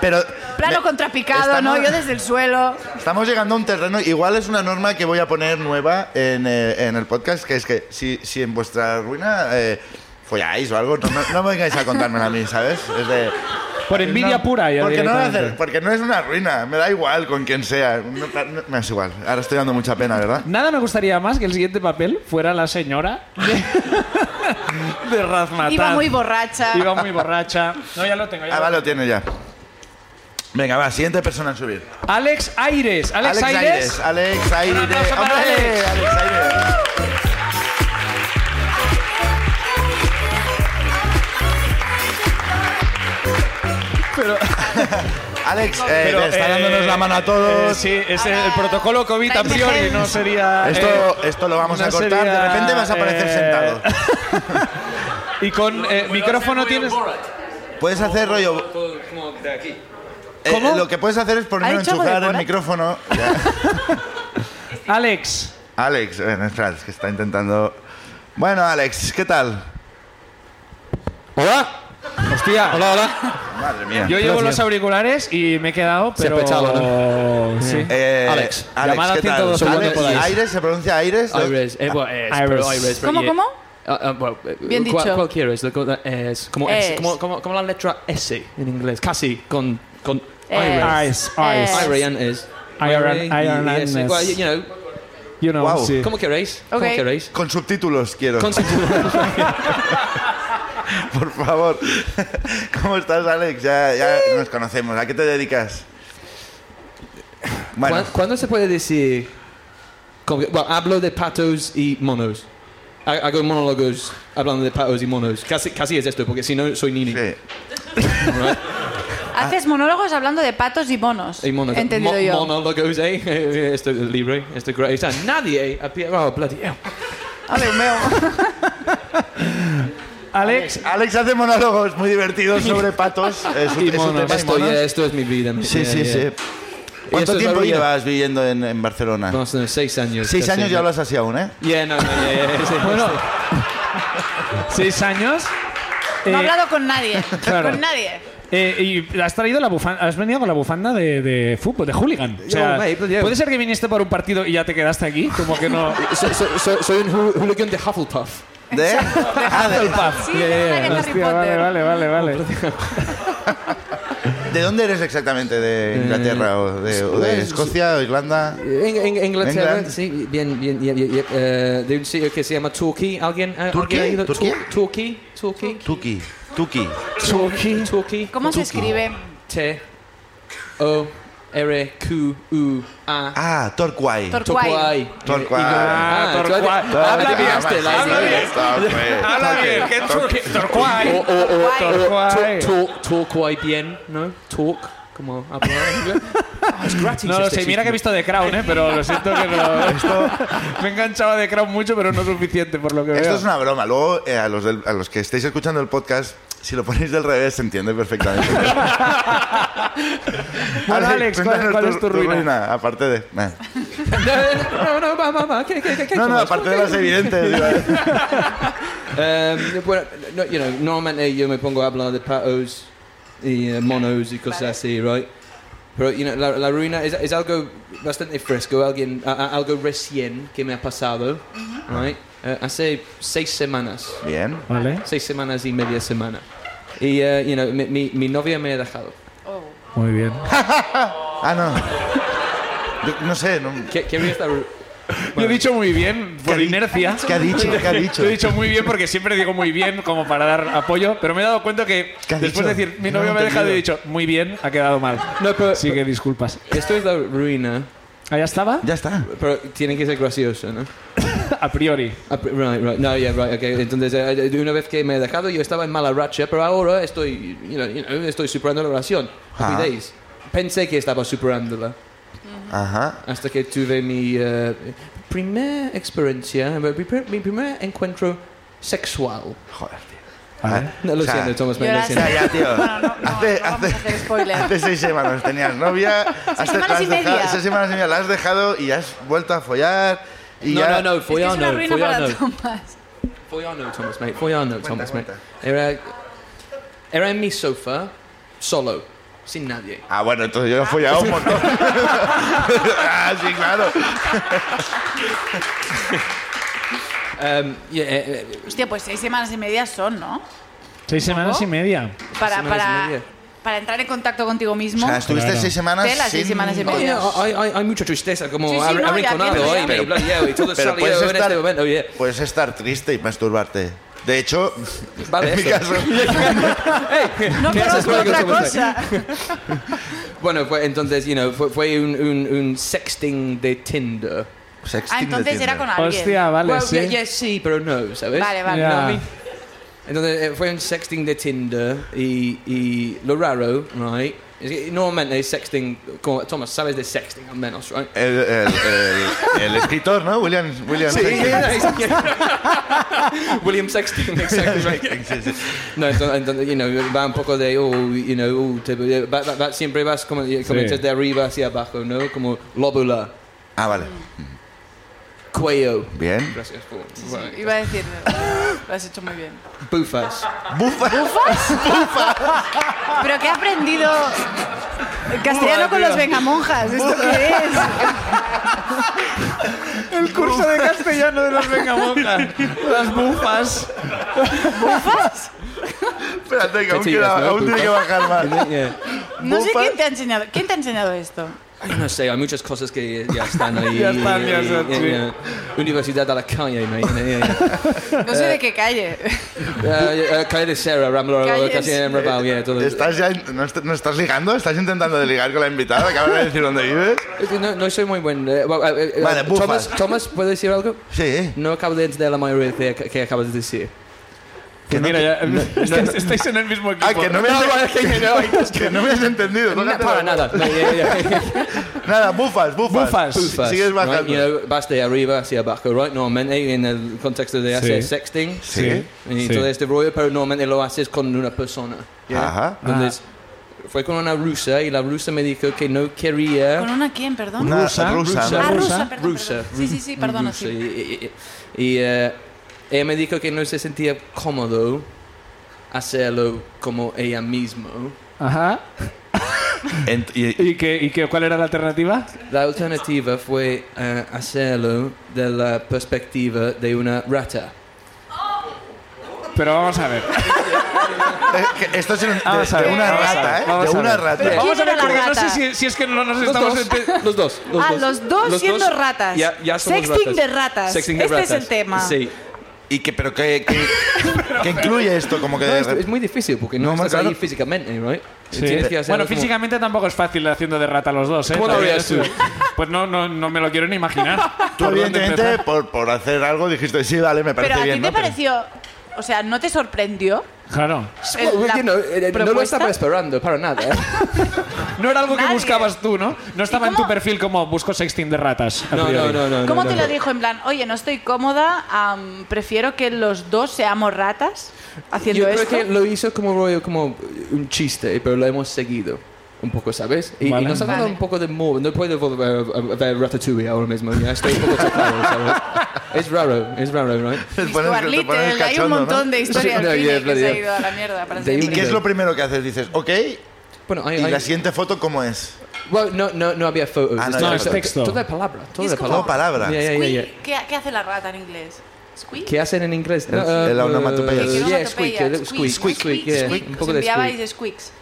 B: Pero.
C: plano
B: me-
C: contrapicado, ¿no?
B: estamos-
C: Yo desde el suelo.
B: Estamos llegando a un terreno, igual es una norma que voy a poner nueva en, eh, en el podcast, que es que si, si en vuestra ruina eh, folláis o algo, no, me- no me vengáis a contármela a mí, ¿sabes? Es de-
A: Por envidia
B: no,
A: pura ya
B: porque no, va a hacer-
A: directamente.
B: porque no es una ruina, me da igual con quien sea. No- no- me es igual, ahora estoy dando mucha pena, ¿verdad?
A: Nada me gustaría más que el siguiente papel fuera la señora de, de Razmataz.
C: Iba muy borracha.
A: Iba muy borracha. No, ya lo tengo. ya
B: Ah,
A: lo
B: va, lo
A: tengo.
B: tiene ya. Venga, va, siguiente persona en subir.
A: Alex Aires. Alex, Aires.
B: Alex Aires.
A: Un aplauso para
B: ¡Hombre!
A: Alex.
B: Alex Aires. Alex, eh,
A: Pero,
B: le está
A: eh,
B: dándonos la mano a todos.
A: eh, sí, es el, el protocolo COVID a priori. No sería. eh,
B: Esto, esto lo vamos
A: no
B: a cortar.
A: sería,
B: de repente vas a aparecer
A: eh,
B: sentado.
A: Y con eh, micrófono tienes.
B: Puedes hacer rollo. Eh,
A: ¿Cómo?
B: lo que puedes hacer es por
C: ¿Ha
B: no
C: dicho algo de
B: enchufar el
C: Borat?
B: micrófono. Ya.
A: Alex.
B: Alex, eh, espera, es que está intentando. Bueno, Alex, ¿qué tal?
F: Hola,
A: Hostia.
F: hola, hola.
B: Madre mía.
A: Yo llevo
F: Gracias.
A: los auriculares y me he quedado,
F: Se ha
A: pero.
F: pechado,
A: Sí.
B: Eh,
F: Alex,
A: llamada
B: ¿qué tal?
A: 112.
F: Soy
B: Alex,
F: Juan de Podais.
B: Aires, se pronuncia Aires. ¿no?
F: Iris, eh, bueno, es,
A: Iris.
F: pero Iris, pero
C: ¿Cómo,
F: ye-
C: cómo?
F: Ah, ah, bueno, eh,
C: Bien
F: ¿cuál-
C: dicho.
F: ¿Cuál quieres? Lo que- eh, Es como,
C: Es.
F: S, como, como, como la letra S en inglés, casi, con, con Iris.
A: Iris, Iris.
C: Eh,
F: Iris and S.
A: Iron-
F: Iris y
A: Iron and
F: S. Well,
A: S.
F: you know,
A: You know,
B: Guau.
A: sí.
F: ¿Cómo queréis? ¿Cómo
C: Ok.
F: queréis?
B: Con subtítulos quiero,
F: Con
B: por favor. ¿Cómo estás, Alex? Ya, ya nos conocemos. ¿A qué te dedicas? Bueno,
F: ¿Cuán- ¿Cuándo se puede decir? como que- bueno, hablo de patos y monos. Ha- Hago monólogos hablando de patos y monos. Casi, casi es esto, porque si no soy nini.
B: sí.
C: Haces monólogos hablando de patos y monos.
F: Y mono-
C: Entendido
F: mo-
C: yo.
F: Monólogos, eh. Esto es libre, esto es gratis. O sea, nadie eh, apia- Oh, bloody hell.
C: A ver,
A: Alex.
B: Alex hace monólogos muy divertidos sobre patos. Es un,
A: Y
B: es un
A: monos.
B: tema y
F: Esto,
B: monos.
F: ya, esto es mi vida. mi-
B: Sí,
F: ya,
B: sí,
F: ya.
B: sí.
F: Y esto
B: ¿Cuánto
F: es
B: tiempo
F: la ruina.
B: llevas viviendo en, en Barcelona?
F: Más o menos seis años.
B: Seis
F: casi.
B: años ya hablas así aún, ¿eh?
F: Yeah, no, no, yeah, yeah, sí.
A: Bueno. Seis años.
C: no he
A: Eh,
C: hablado con nadie.
A: claro.
C: Con nadie.
A: Eh, y has traído la bufanda, has venido con la bufanda de, de fútbol, de hooligan. O sea,
F: Yo, mate, pues, yo.
A: ¿Puede ser que viniste para un partido y ya te quedaste aquí? Como que no.
F: So- so- so- soy un hool- hooligan de Hufflepuff.
B: ¿De? Ah, de,
C: Sí, verdad que es Harry Potter.
A: vale, vale, vale.
B: ¿De dónde eres exactamente? ¿De Inglaterra o de, o de
F: Pues,
B: Escocia o Irlanda?
F: En, en- en Inglaterra,
B: England.
F: sí, bien, bien, bien, bien, bien, eh, de un sitio que se llama Turkey. ¿Alguien, eh,
B: ¿Turkey?
F: ¿alguien ha ido? a
B: ¿Turquía?
F: Tur- Turkey? Turkey?
B: Tuki. Tuki.
F: Turkey? Turkey?
C: ¿Cómo se escribe?
F: T O R Q U A
B: Ah, Torquay.
C: Torquay.
B: Torquay.
A: Ah,
F: Ah, tú has-
A: Torquay.
F: habla bien, este, la-
B: Habla bien.
A: Habla bien, que Tur- Torquay.
F: O- o- o-
A: Torquay.
F: to- to- Torquay bien, ¿no? Talk, como hablar en inglés. Ah, es gratis.
A: No lo
F: este
A: sé, mira que he visto
F: sitio.
A: The Crown, ¿eh? pero lo siento que no. Me he enganchado a The Crown mucho, pero no suficiente por lo que veo.
B: Esto es una broma. Luego, eh, a, los del- a los que estéis escuchando el podcast, si lo ponéis del revés, se entiende perfectamente.
A: Bueno, Alex, ¿cuál-
B: cuéntanos
A: cuál es tu ruina?
B: Aparte de... nah.
F: No, no, no, va, va, va. ¿Qué, qué, qué, qué
B: No, no,
F: tomas?
B: aparte de las evidentes. digo, eh.
F: Um, bueno, no, you know, normalmente yo me pongo a hablar de patos y eh, monos y cosas así, right? Pero you know, la, la ruina es, es algo bastante fresco, alguien, a- a- algo recién que me ha pasado, right? Eh, hace seis semanas,
B: Bien.
A: Vale,
F: seis semanas y media semana. Y, eh, you know, mi, mi, mi novia me ha dejado.
A: muy bien.
B: Ah, no. Yo no sé, no-
F: ¿Qué, qué ruina está ru-
A: Lo he dicho muy bien, por
B: ¿Qué ha
A: inercia.
B: ¿qué ha dicho? ¿Qué ha dicho?
A: Lo he dicho muy bien porque siempre digo muy bien como para dar apoyo, pero me he dado cuenta que
B: ¿Qué has
A: después de
B: dicho?
A: decir mi
B: No lo
A: novio
B: he
A: me ha dejado y he
B: entendido.
A: dicho muy bien, ha quedado mal.
F: No, pero,
A: Así que disculpas.
F: esto es la ruina,
A: ¿Allá estaba?
B: Ya está.
F: pero tiene que ser gracioso, ¿no?
A: A priori.
F: Ah, pr- Right, right. No, yeah, right. Okay. Entonces, eh, de una vez que me he dejado, yo estaba en mala racha, pero ahora estoy, you know, you know, estoy superando la relación. Happy
B: Ajá.
F: days. Pensé que estaba superándola
B: Ajá.
F: hasta que tuve mi eh, primer experiencia, mi primer, mi primer encuentro sexual.
B: Joder, tío. Ah,
A: Vale.
F: No, lo
B: O sea,
F: siento, Thomas, me
C: yo
F: lo
C: ahora
F: siento.
B: Ya, ya, tío.
C: Bueno, no, no,
B: Hace-
C: no vamos a
B: hace-
C: hacer spoiler.
B: Hace seis semanas tenías novia. has-
C: semanas
B: la has
C: y media.
B: dejado- Seis semanas y media la has dejado y has vuelto a follar. Y
F: No,
B: ya...
F: no, no,
C: Es que es
F: follar
C: una
F: no,
C: ruina
F: follar
C: para
F: no.
C: Tomás.
F: Follar no, Thomas, mate. Follar no, Thomas, mate.
B: cuenta.
F: Era, era en mi sofá, solo, sin nadie.
B: Ah, bueno, entonces yo he follado un montón. ah, sí, claro.
F: Um, yeah, eh, eh,
C: Hostia, pues seis semanas y media son, ¿no?
A: Seis semanas y media.
C: Para,
F: semanas y
C: para,
F: media.
C: para entrar en contacto contigo
B: O
C: mismo.
B: sea, estuviste
A: Claro.
B: seis semanas.
C: Tela, seis
B: sin-
C: semanas y media.
F: Oh, yeah, hay, hay, hay mucha tristeza, como
C: Sí, sí,
F: ha-
C: no, ya
F: ha arrinconado
C: entiendo, ya.
F: hoy, mi
C: Pero-
F: bloody hell, y todo
B: Pero
F: salió
B: puedes
F: en
B: estar,
F: este momento, yeah.
B: puedes estar triste y masturbarte. De hecho,
F: Vale,
B: en mi
F: Ah, eso.
B: caso,
C: no
F: ¿qué haces
C: conozco
F: luego,
C: otra
F: Tomás?
C: cosa.
F: ¿eh? Bueno, fue, entonces, you know, fue, fue un, un, un sexting de Tinder.
B: sexting
C: Ah,
B: de
C: entonces
B: Tinder.
C: era con alguien. Pues
A: Hostia, vale,
F: Well,
A: sí.
F: yeah, yeah, sí, pero no, ¿sabes?
C: Vale, vale.
F: You know what I
A: Ya.
F: mean? Entonces, eh, fue un sexting de Tinder y, y lo raro, right? Es que normalmente sexting, como, Thomas, sabes de sexting al menos, right?
B: El, el- el- el escritor, ¿no? William. William Shakespeare.
F: William Sexting, exactly right.
B: Sí, sí.
F: No, entonces, entonces, you know, va un poco de, oh, you know, oh, te- va- va- va- siempre vas como, como
A: Sí.
F: desde arriba hacia abajo, ¿no? Como lóbula,
B: Ah, vale.
F: cuello.
B: Bien.
F: Gracias por...
C: Iba a decir, lo has hecho muy bien.
F: Bufas.
C: Pero que he aprendido castellano con los vengamonjas. ¿Esto qué es?
A: El curso de castellano de los vengamonjas. Las bufas.
C: ¿Bufas?
B: Espérate, que aún,
F: Tetillas,
B: queda-
F: ¿no?
B: aún tiene que bajar más.
F: Yeah.
C: No sé
B: Bufas.
C: quién te ha enseñado. ¿Quién te ha enseñado esto?
F: Ay, No sé, hay muchas cosas que ya están ahí.
A: Ya están, ya están,
F: Yeah,
A: sí.
F: yeah. Universidad de la calle, eh, mate. Yeah, yeah.
C: No sé de qué calle.
F: Eh, eh, calle de Serra, Rambla,
C: Calles.
F: casi en Raval, yeah, todo.
B: ¿Estás ya, no, est- no estás ligando? ¿Estás intentando de ligar con la invitada? ¿Acabas de decir dónde vives?
F: No, no soy muy buen... eh, well, eh, eh,
B: Vale, bufas.
F: Thomas, Thomas, ¿puedo decir algo?
B: Sí. eh.
F: No acabo de entender la mayoría de que, que acabas de decir.
A: Que mira, ya, estáis, estáis en el mismo equipo.
B: Ah, que no me has, que no me has entendido.
F: No,
B: tócate la
F: para nada. No, yeah, yeah, yeah.
B: Nada, bufas, bufas.
A: Bufas.
F: Bufas,
B: Sigues bajando.
F: Right? You know, vas de arriba hacia abajo, right? Normalmente en el contexto de hacer
A: Sí.
F: sexting
B: Sí. Ah.
F: y
A: Sí.
F: todo este rollo, pero normalmente lo haces con una persona. ¿ya?
B: Ajá.
F: Entonces, fue con una rusa y la rusa me dijo que no
C: ¿Con
F: quería...
C: una quién, perdón?
B: Una
A: Rusa,
B: rusa.
A: rusa.
C: Ah,
A: rusa,
C: rusa, perdón.
F: rusa,
C: perdón. Sí, sí, sí, perdona,
F: rusa.
C: sí.
F: Y, y- y, eh, ella me dijo que no se sentía cómodo hacerlo como ella misma. Ajá.
B: Ent- y- eh,
A: ¿Y, qué, y qué, cuál era la alternativa?
F: La alternativa fue eh, hacerlo de la perspectiva de una rata.
A: Pero vamos a ver.
B: eh, que esto es un- de,
A: Vamos a
B: de
A: ver,
B: una
A: vamos a
B: rata,
A: ver,
B: ¿eh?
A: vamos
B: de
A: a
B: una
A: ver.
B: rata.
C: Pero-
A: Vamos a
C: ¿Quién
A: ver,
C: era la
A: porque no sé
C: rata?
A: si, si es que no nos
F: Los
A: estamos...
F: dos,
A: ente-
F: los dos. Los
C: Ah,
F: dos.
C: los dos siendo ratas.
F: Ya, ya somos
C: Sexting
F: ratas.
C: de ratas.
F: Sexting de
C: Este es
F: ratas.
C: el tema.
F: Sí.
B: ¿Y que, pero qué, qué, qué incluye esto? Como que
F: No,
B: de
F: es,
B: rep-
F: es muy difícil porque
B: No,
F: no,
B: más
F: estás ahí
B: claro.
F: físicamente, ¿right?
A: Sí.
F: Tienes que hacer
A: Bueno,
F: algo como-
A: físicamente tampoco es fácil haciendo de rata los dos, ¿eh?
F: ¿Cómo lo
A: También
F: harías
A: es-
F: tú?
A: Pues no, no, no me lo quiero ni imaginar. ¿Por
B: Tú,
A: dónde
B: evidentemente,
A: empezar?
B: por, por hacer algo dijiste, sí, vale, me parece
C: Pero a ti
B: bien.
C: te
B: ¿no? Pero-
C: pareció, o sea, ¿no te sorprendió?
A: Claro.
C: eh,
F: Well,
C: la
F: you know, eh, eh, no lo
C: propuesta?
F: estaba esperando para nada. ¿eh?
A: No era algo que
C: Nadie.
A: buscabas tú, ¿no? No estaba en tu
C: cómo?
A: perfil como busco sexting de ratas. a
F: no,
A: priori.
F: no, no, no.
C: ¿Cómo
F: no,
C: te
F: no.
C: lo dijo? En plan, oye, no estoy cómoda, am, prefiero que los dos seamos ratas haciendo
F: Yo
C: esto.
F: creo que lo hizo como rollo, como un chiste, pero lo hemos seguido. Un poco, ¿sabes? Y, y
A: Vale.
F: nos ha dado
C: Vale.
F: un poco de modo. No puedo volver a- a ver Ratatouille ahora mismo. Ya estoy un poco chocado, ¿sabes? Es raro, es raro, ¿right?
B: Te pones-
C: Stuart
B: te
C: Little,
B: pones
C: hay un
B: cachondo, ¿no?
C: montón de historias
F: Sí,
C: al
F: yeah,
C: cine que se ha
F: yeah.
C: ido a la mierda para
F: De
B: ¿Y
C: siempre.
B: qué es lo primero que haces? Dices, ok,
F: Bueno, hay,
B: y
F: hay-
B: la siguiente foto, ¿cómo es?
F: Well, no, no, no había fotos.
B: Ah, no,
F: Esto-
B: no,
F: esto-
B: es
A: texto.
F: Todo de palabra. Todo
C: Y es
F: de
C: como-
B: No,
F: palabra.
B: palabra.
F: Yeah, yeah, yeah, yeah.
C: Squeak. ¿Qué, qué hace la rata en inglés? ¿Squeak?
F: ¿Qué hacen en inglés?
B: El- el onomatopeya.
F: eh,
C: Que
B: Yeah,
C: no
F: yeah,
C: onomatopeya,
F: squeak, eh, squeak,
C: squeak,
F: squeak, yeah,
C: squeak.
F: un
C: Os
F: poco de
C: enviabais
F: squeak.
C: squeaks.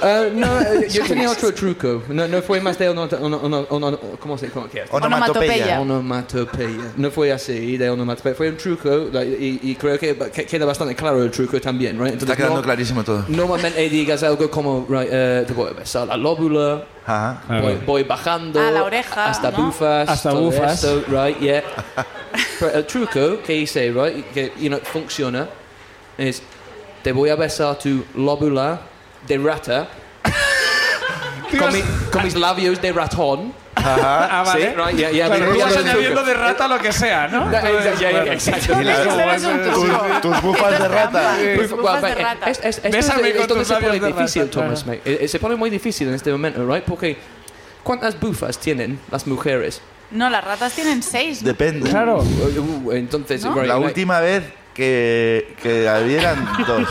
F: Eh, no, eh, yo tenía otro truco. No, no fue más de onoto- ono- ono- ono- ¿cómo se cómo- qué?
C: Onomatopeya.
F: Onomatopeya. No fue así de onomatopeya. Fue un truco like, y, y creo que que- queda bastante claro el truco también, ¿right?
B: Está
F: Entonces,
B: quedando
F: no-
B: clarísimo todo.
F: Normalmente digas algo como, right, eh, te voy a besar la lóbula,
B: Ajá.
A: Claro.
F: voy, voy bajando
C: Ah, la oreja,
F: hasta
C: ¿no?
F: bufas,
A: Hasta
F: todo
A: bufas.
F: esto, right, yeah. Pero el truco que hice, right, que you know, funciona, es te voy a besar tu lóbula de rata con, mi- con mis labios de ratón.
A: Ah, vale.
F: Sí, right, yeah, yeah,
A: Claro,
F: pero-
A: tú vas
F: pero-
A: añadiendo de rata lo que sea, ¿no? Pues,
F: Ya, ya, ya, ya,
B: Y la-
C: Eso no es un
B: tus,
C: truco.
B: tus bufas de rata.
C: Tus bufas de
F: Well,
C: rata.
F: eh. Es, es, esto
A: Bésame
F: es,
A: con
F: es donde
A: tus
F: se pone
A: labios de
F: difícil,
A: rata,
F: Thomas, mate. Eh, eh, Se pone muy difícil en este momento, right? Porque ¿cuántas bufas tienen las mujeres?
C: No, las ratas tienen seis. ¿no?
B: Depende.
A: Claro.
F: Uh, uh, entonces,
C: ¿No?
F: right,
B: La
F: like-
B: última vez que, que habían dos.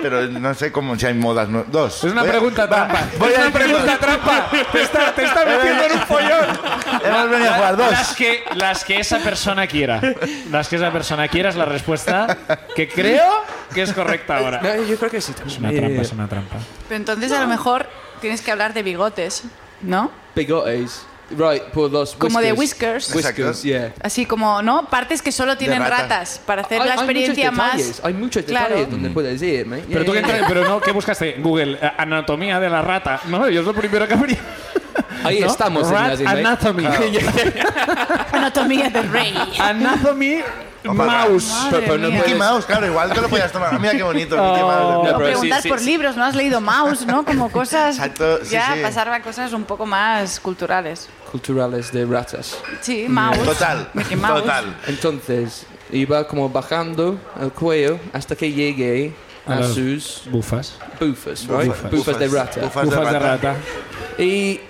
B: Pero no sé cómo si hay modas. nue- dos.
A: Es una
B: Voy a-
A: pregunta
B: va,
A: trampa.
B: Voy
A: es
B: a
A: una
B: decir dos.
A: pregunta trampa. Te está, te está metiendo en un follón.
B: Hemos venido a jugar dos.
A: Las que, las que esa persona quiera. Las que esa persona quiera es la respuesta que creo que es correcta ahora.
F: No, yo creo que sí. También. Eh,
A: Es una
F: Yeah,
A: trampa,
F: yeah,
A: es una trampa.
C: Pero entonces a lo mejor tienes que hablar de bigotes, ¿no?
F: yeah. Bigotes. Right, por los
C: Como de whiskers.
B: Exacto.
F: Whiskers, yeah.
C: Así como, ¿no? Partes que solo tienen
B: ratas.
C: ratas para hacer la
F: muchos
C: experiencia más.
F: detalles, Hay muchos
C: Claro.
F: detalles donde puedes ir, mate.
A: Mm. Pero tú que
F: Yeah, yeah,
A: entra- pero no, ¿qué buscaste? Google, eh, anatomía de la rata. No, yo es lo primero que abrí.
F: yeah. Ahí
A: ¿no?
F: estamos,
A: Rat
F: señoras y señores.
A: Anatomy.
C: Anatomía del rey.
A: Anatomy
B: Opa,
A: Mouse.
C: Madre
F: pero no
C: mía.
B: Mickey Mouse, claro, igual te lo podías tomar. Mira qué bonito, Mickey
A: Oh.
B: Mouse.
C: O
F: pero sí,
C: preguntar
F: sí,
C: por
F: sí.
C: libros, ¿no? Has leído Mouse, ¿no? Como cosas.
B: Exacto, sí,
C: ya
B: sí.
C: pasar a cosas un poco más culturales.
F: Culturales de ratas.
C: Sí, Mouse.
B: Total.
C: Mickey Mouse.
B: Total.
F: Entonces, iba como bajando el cuello hasta que llegué a,
A: A los-
F: sus
A: Bufas.
F: bufas, right?
B: Bufas.
F: Bufas, de rata.
B: Bufas de
A: Bufas de
B: rata.
A: rata.
F: Y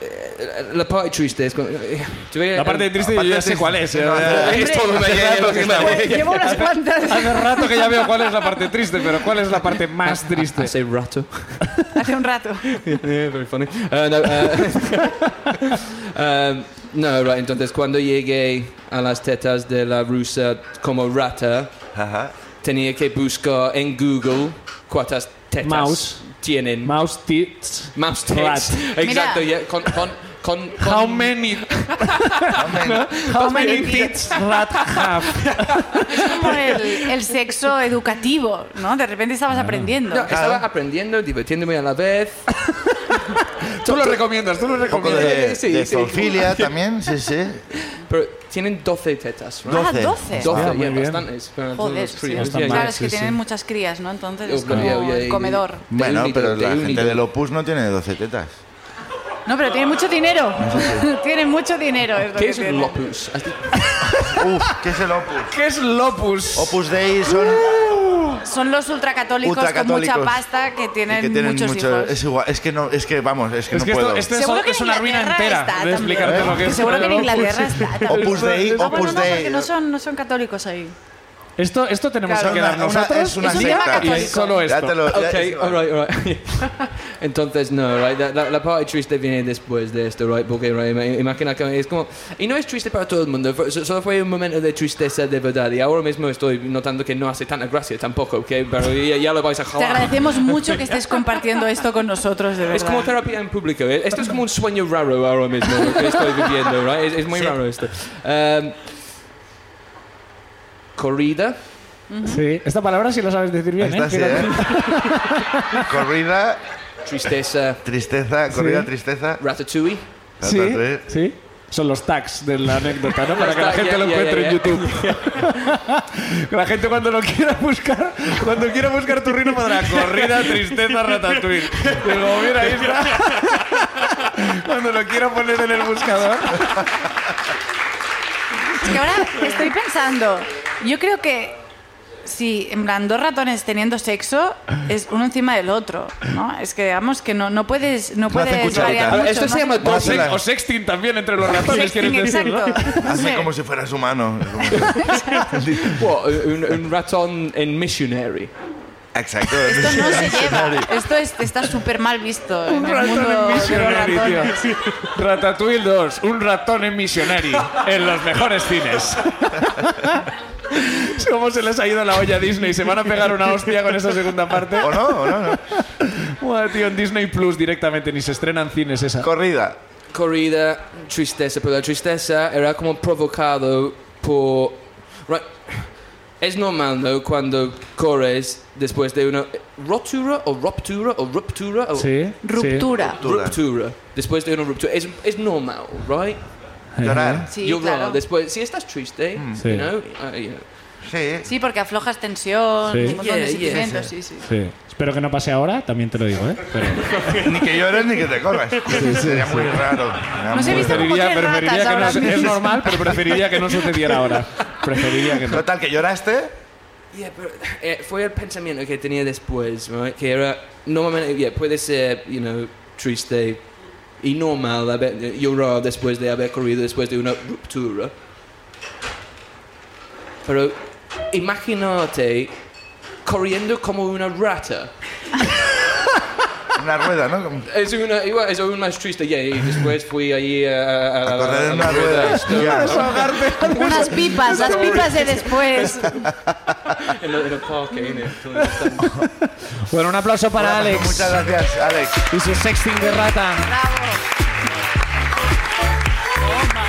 F: eh, la parte triste es cuando- eh, tuve-
A: La parte triste yo ya sé cuál es. eh. ya- ya-
F: Es todo, ya, ya, ya, ya, ya, ya, ya.
C: Llevo unas cuantas.
A: Hace rato que ya veo cuál es la parte triste, pero cuál es la parte más triste.
F: Hace rato.
C: Hace un rato.
F: Yeah, very funny. Uh, no, uh, um, no, right, entonces cuando llegué a las tetas de la rusa como rata,
B: Ajá.
F: tenía que buscar en Google cuántas tetas
A: Mouse.
F: tienen.
A: Mouse tits.
F: Mouse
A: Rat.
F: tits. Exacto,
C: Mira.
F: yeah, con, con, con, con-
A: How many, how many tits rat have?
C: Es como el, el sexo educativo, ¿no? De repente estabas aprendiendo.
F: No, estaba aprendiendo, divirtiéndome a la vez.
A: Tú lo recomiendas, tú lo
B: Un poco
A: recomiendas.
B: de,
F: Sí,
B: de
F: sí.
B: zoofilia también, sí, sí.
F: Pero tienen 12 tetas, right?
C: ah,
B: 12.
C: 12.
F: 12,
A: Ah, muy
F: yeah,
A: bien.
F: bastantes. para todos
C: Joder,
F: los
C: sí.
F: críos.
A: está mal.
F: Yeah, yeah.
C: Claro, es que
A: sí,
C: tienen
A: sí.
C: muchas crías, ¿no? Entonces
F: Yo
C: es como
F: creo, ya,
C: el
F: y-
C: comedor.
B: Bueno,
F: único,
B: pero
F: de
B: la gente
F: único.
B: del Opus no tiene 12 tetas.
C: No, pero tienen mucho dinero. tienen mucho dinero. es lo
F: ¿Qué
C: que
F: es
C: tienen.
F: lopus? Así-
B: Uf, ¿qué es el Opus?
A: ¿Qué es Lopus?
B: Opus Dei son
C: Son los ultracatólicos,
B: Ultracatólicos.
C: con mucha pasta que tienen,
B: que tienen
C: muchos
B: mucho-
C: hijos.
B: Es igual, es que no, es que vamos, es que
A: Es
B: no
A: que
B: puedo.
A: esto, esto es,
C: Seguro que
A: es
C: en
A: una ruina
C: Inglaterra
A: entera
C: está
A: de
C: también.
A: explicarte lo que es.
C: Seguro que en
A: Lopus.
C: Inglaterra está. también.
B: Opus Dei,
C: Ah, bueno,
B: Opus
C: no,
B: Dei.
C: porque no son, no son católicos ahí.
A: Esto, esto tenemos
C: Claro.
A: que
B: Una-
A: dar
B: una-
A: nosotros
B: es una
C: Es un tema
B: secta.
A: y es
C: católico.
A: solo
B: Ya
A: esto.
B: te lo- ya-
F: Okay, all right, all right. Entonces, no, right, la, la- la parte triste viene después de esto, right, porque right, ima- imagina que es como... Y no es triste para todo el mundo, fue- so- solo fue un momento de tristeza de verdad, y ahora mismo estoy notando que no hace tanta gracia tampoco, ¿ok? Pero ya, ya lo vais a
C: Te
F: jalar.
C: agradecemos mucho que estés compartiendo esto con nosotros, de verdad.
F: Es como terapia en público, eh. esto es como un sueño raro ahora mismo lo que estoy viviendo, right? Es, es muy raro esto. Em, corrida.
A: Sí, esta palabra sí la sabes decir bien,
B: Esta
A: ¿eh?
B: sí,
A: Fíjate.
B: ¿eh? corrida,
F: Tristeza.
B: tristeza, corrida,
A: Sí.
B: tristeza.
F: Ratatouille.
A: Sí,
B: Ratatouille.
A: sí. Son los tags de la anécdota, ¿no? Para que la
F: tags,
A: gente
F: ya,
A: lo
F: ya,
A: encuentre
F: ya,
A: en
F: ya.
A: YouTube. Que la gente cuando lo quiera buscar, cuando quiera buscar tu rino podrá corrida, tristeza, ratatouille. Digo, mira, ahí está. Cuando lo quiera poner en el buscador.
C: Es que ahora estoy pensando, yo creo que si en plan dos ratones teniendo sexo es uno encima del otro, ¿no? Es que digamos que no, no puedes, no
B: hacen
C: puedes
B: cucharita.
C: variar
B: A ver,
C: mucho,
F: esto
C: ¿no?
F: se llama
A: O,
B: Hazla.
A: sex- o sexting también entre los ratones,
C: Sexting,
A: quieres decir, ¿no?
C: exacto. No
B: Hazme
C: sé.
B: como si fueras humano.
F: What, un, un ratón en missionary.
B: Exacto.
C: Esto no se lleva. Esto es- está súper mal visto en el
A: ratón
C: mundo
A: en
C: de los
A: Missionary,
C: ratones.
A: tío. Ratatouille 2, un ratón en Missionary, en los mejores cines. ¿Cómo se les ha ido la olla a Disney? Se van a pegar una hostia con esta segunda parte.
B: ¿O no? ¿O no? no.
A: Buah, tío, en Disney Plus directamente, ni se estrenan cines esa.
B: Corrida.
F: Corrida, tristeza, pero la tristeza era como provocado por... Right. Es normal, ¿no? Cuando corres después de una rotura o ruptura o ruptura o
C: Ruptura.
F: ruptura. Después de una ruptura. Es, es normal, right?
B: Llorar.
C: Sí,
F: Llorar.
C: claro.
F: Después, si estás triste,
A: Sí.
F: you know, uh, you know.
B: Sí.
C: Sí, porque aflojas tensión,
A: Sí.
C: un montón de
F: Yeah, yeah,
C: sentimientos, sí, sí.
A: Sí. Espero que no pase ahora, también te lo digo, ¿eh? Pero
B: Ni que llores ni que te corras. Sería muy raro. Sería
C: No sé,
B: muy-
C: viste-
A: preferiría,
C: como tres
A: preferiría que
C: ratas
A: no
C: ahora
A: es
C: mismo.
A: normal, pero preferiría que no sucediera ahora. Preferiría que no.
B: Total, que lloraste.
F: Yeah, pero eh, fue el pensamiento que tenía después, right? Que era, normalmente, yeah, puede ser, you know, triste y normal haber, eh, llorar después de haber corrido, después de una ruptura. Pero imagínate corriendo como una rata.
B: Una rueda, ¿no? Como-
F: Es una, igual, es aún más triste, yeah, y después fui allí a... a- a-
B: A correr en
F: a-
B: una
F: a-
B: rueda. Ya.
C: Unas pipas, las pipas de después.
F: En el en el parque, en el-
A: Bueno, un aplauso para
C: pues
B: Muchas
A: Alex
B: gracias, Alex.
A: y su sexting de rata.
C: Bravo.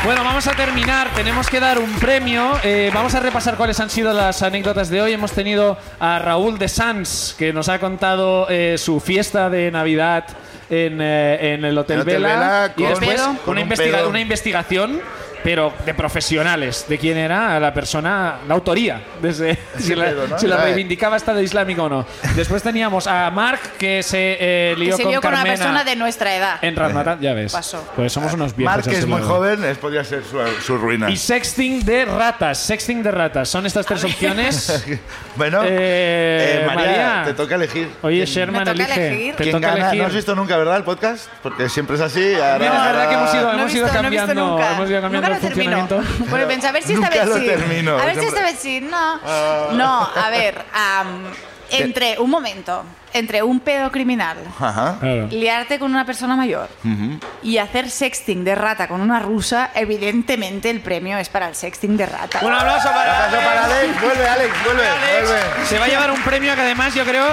A: Bueno, vamos a terminar. Tenemos que dar un premio. Eh, vamos a repasar cuáles han sido las anécdotas de hoy. Hemos tenido a Raúl de Sanz, que nos ha contado eh, su fiesta de Navidad en, eh, en el Hotel,
B: El Hotel
A: Vela.
B: Vela
A: Y
B: con-
A: después
B: Pedo.
A: una,
B: con un
A: investiga-
B: pedo.
A: una investigación, pero de profesionales, de quién era la persona, la autoría, desde si, la,
B: pedo, ¿no? eh.
A: si la
B: Vale.
A: reivindicaba esta de islámica o no. Después teníamos a Mark, que se eh,
C: Que
A: lió
C: se
A: con
C: vio con una
A: Carmena
C: persona de nuestra edad.
A: en Ramatán. Ya ves.
C: Pasó.
A: Pues somos unos viejos.
B: Mark, que es
A: así
B: muy
A: luego.
B: joven, es- podría ser su, su ruina.
A: Y sexting de ratas, sexting de ratas. Son estas tres opciones.
B: Bueno,
A: Eh,
B: eh, María,
A: María.
B: te toca elegir.
A: Oye, Sherman,
C: Me toca
A: elige.
C: elegir.
A: Te
B: ¿Quién
A: toca
B: gana?
A: elegir.
B: No has visto nunca, ¿verdad? El podcast, porque siempre es así. ahora-
A: Bien, es verdad que hemos ido,
C: No he
A: hemos ido
C: visto- no he visto
A: cambiando,
C: nunca.
A: hemos ido cambiando
C: Nunca
A: el
C: lo termino.
A: funcionamiento.
C: Bueno, pensé, a ver si esta
B: Nunca
C: vez
B: lo
C: sí.
B: termino.
C: A ver si
B: Siempre- Ah.
C: esta vez sí. No. No, a ver. am, entre, un momento, entre un pedo criminal,
B: Ajá.
A: Claro.
C: liarte con una persona mayor y hacer sexting de rata con una rusa, evidentemente el premio es para el sexting de rata.
A: Un aplauso para,
B: Paso para Alex, vuelve Alex, vuelve,
A: Alex.
B: vuelve.
A: Se va a llevar un premio que además yo creo.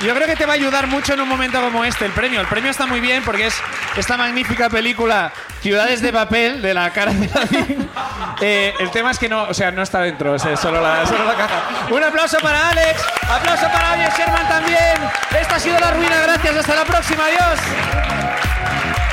A: Yo creo que te va a ayudar mucho en un momento como este el premio. El premio está muy bien porque es esta magnífica película Ciudades de papel de la cara de David. Eh, el tema es que no, o sea, no está dentro, o sea, solo la, solo la caja. Un aplauso para Alex, aplauso para Oye Sherman también. Esta ha sido la ruina, gracias, hasta la próxima, adiós.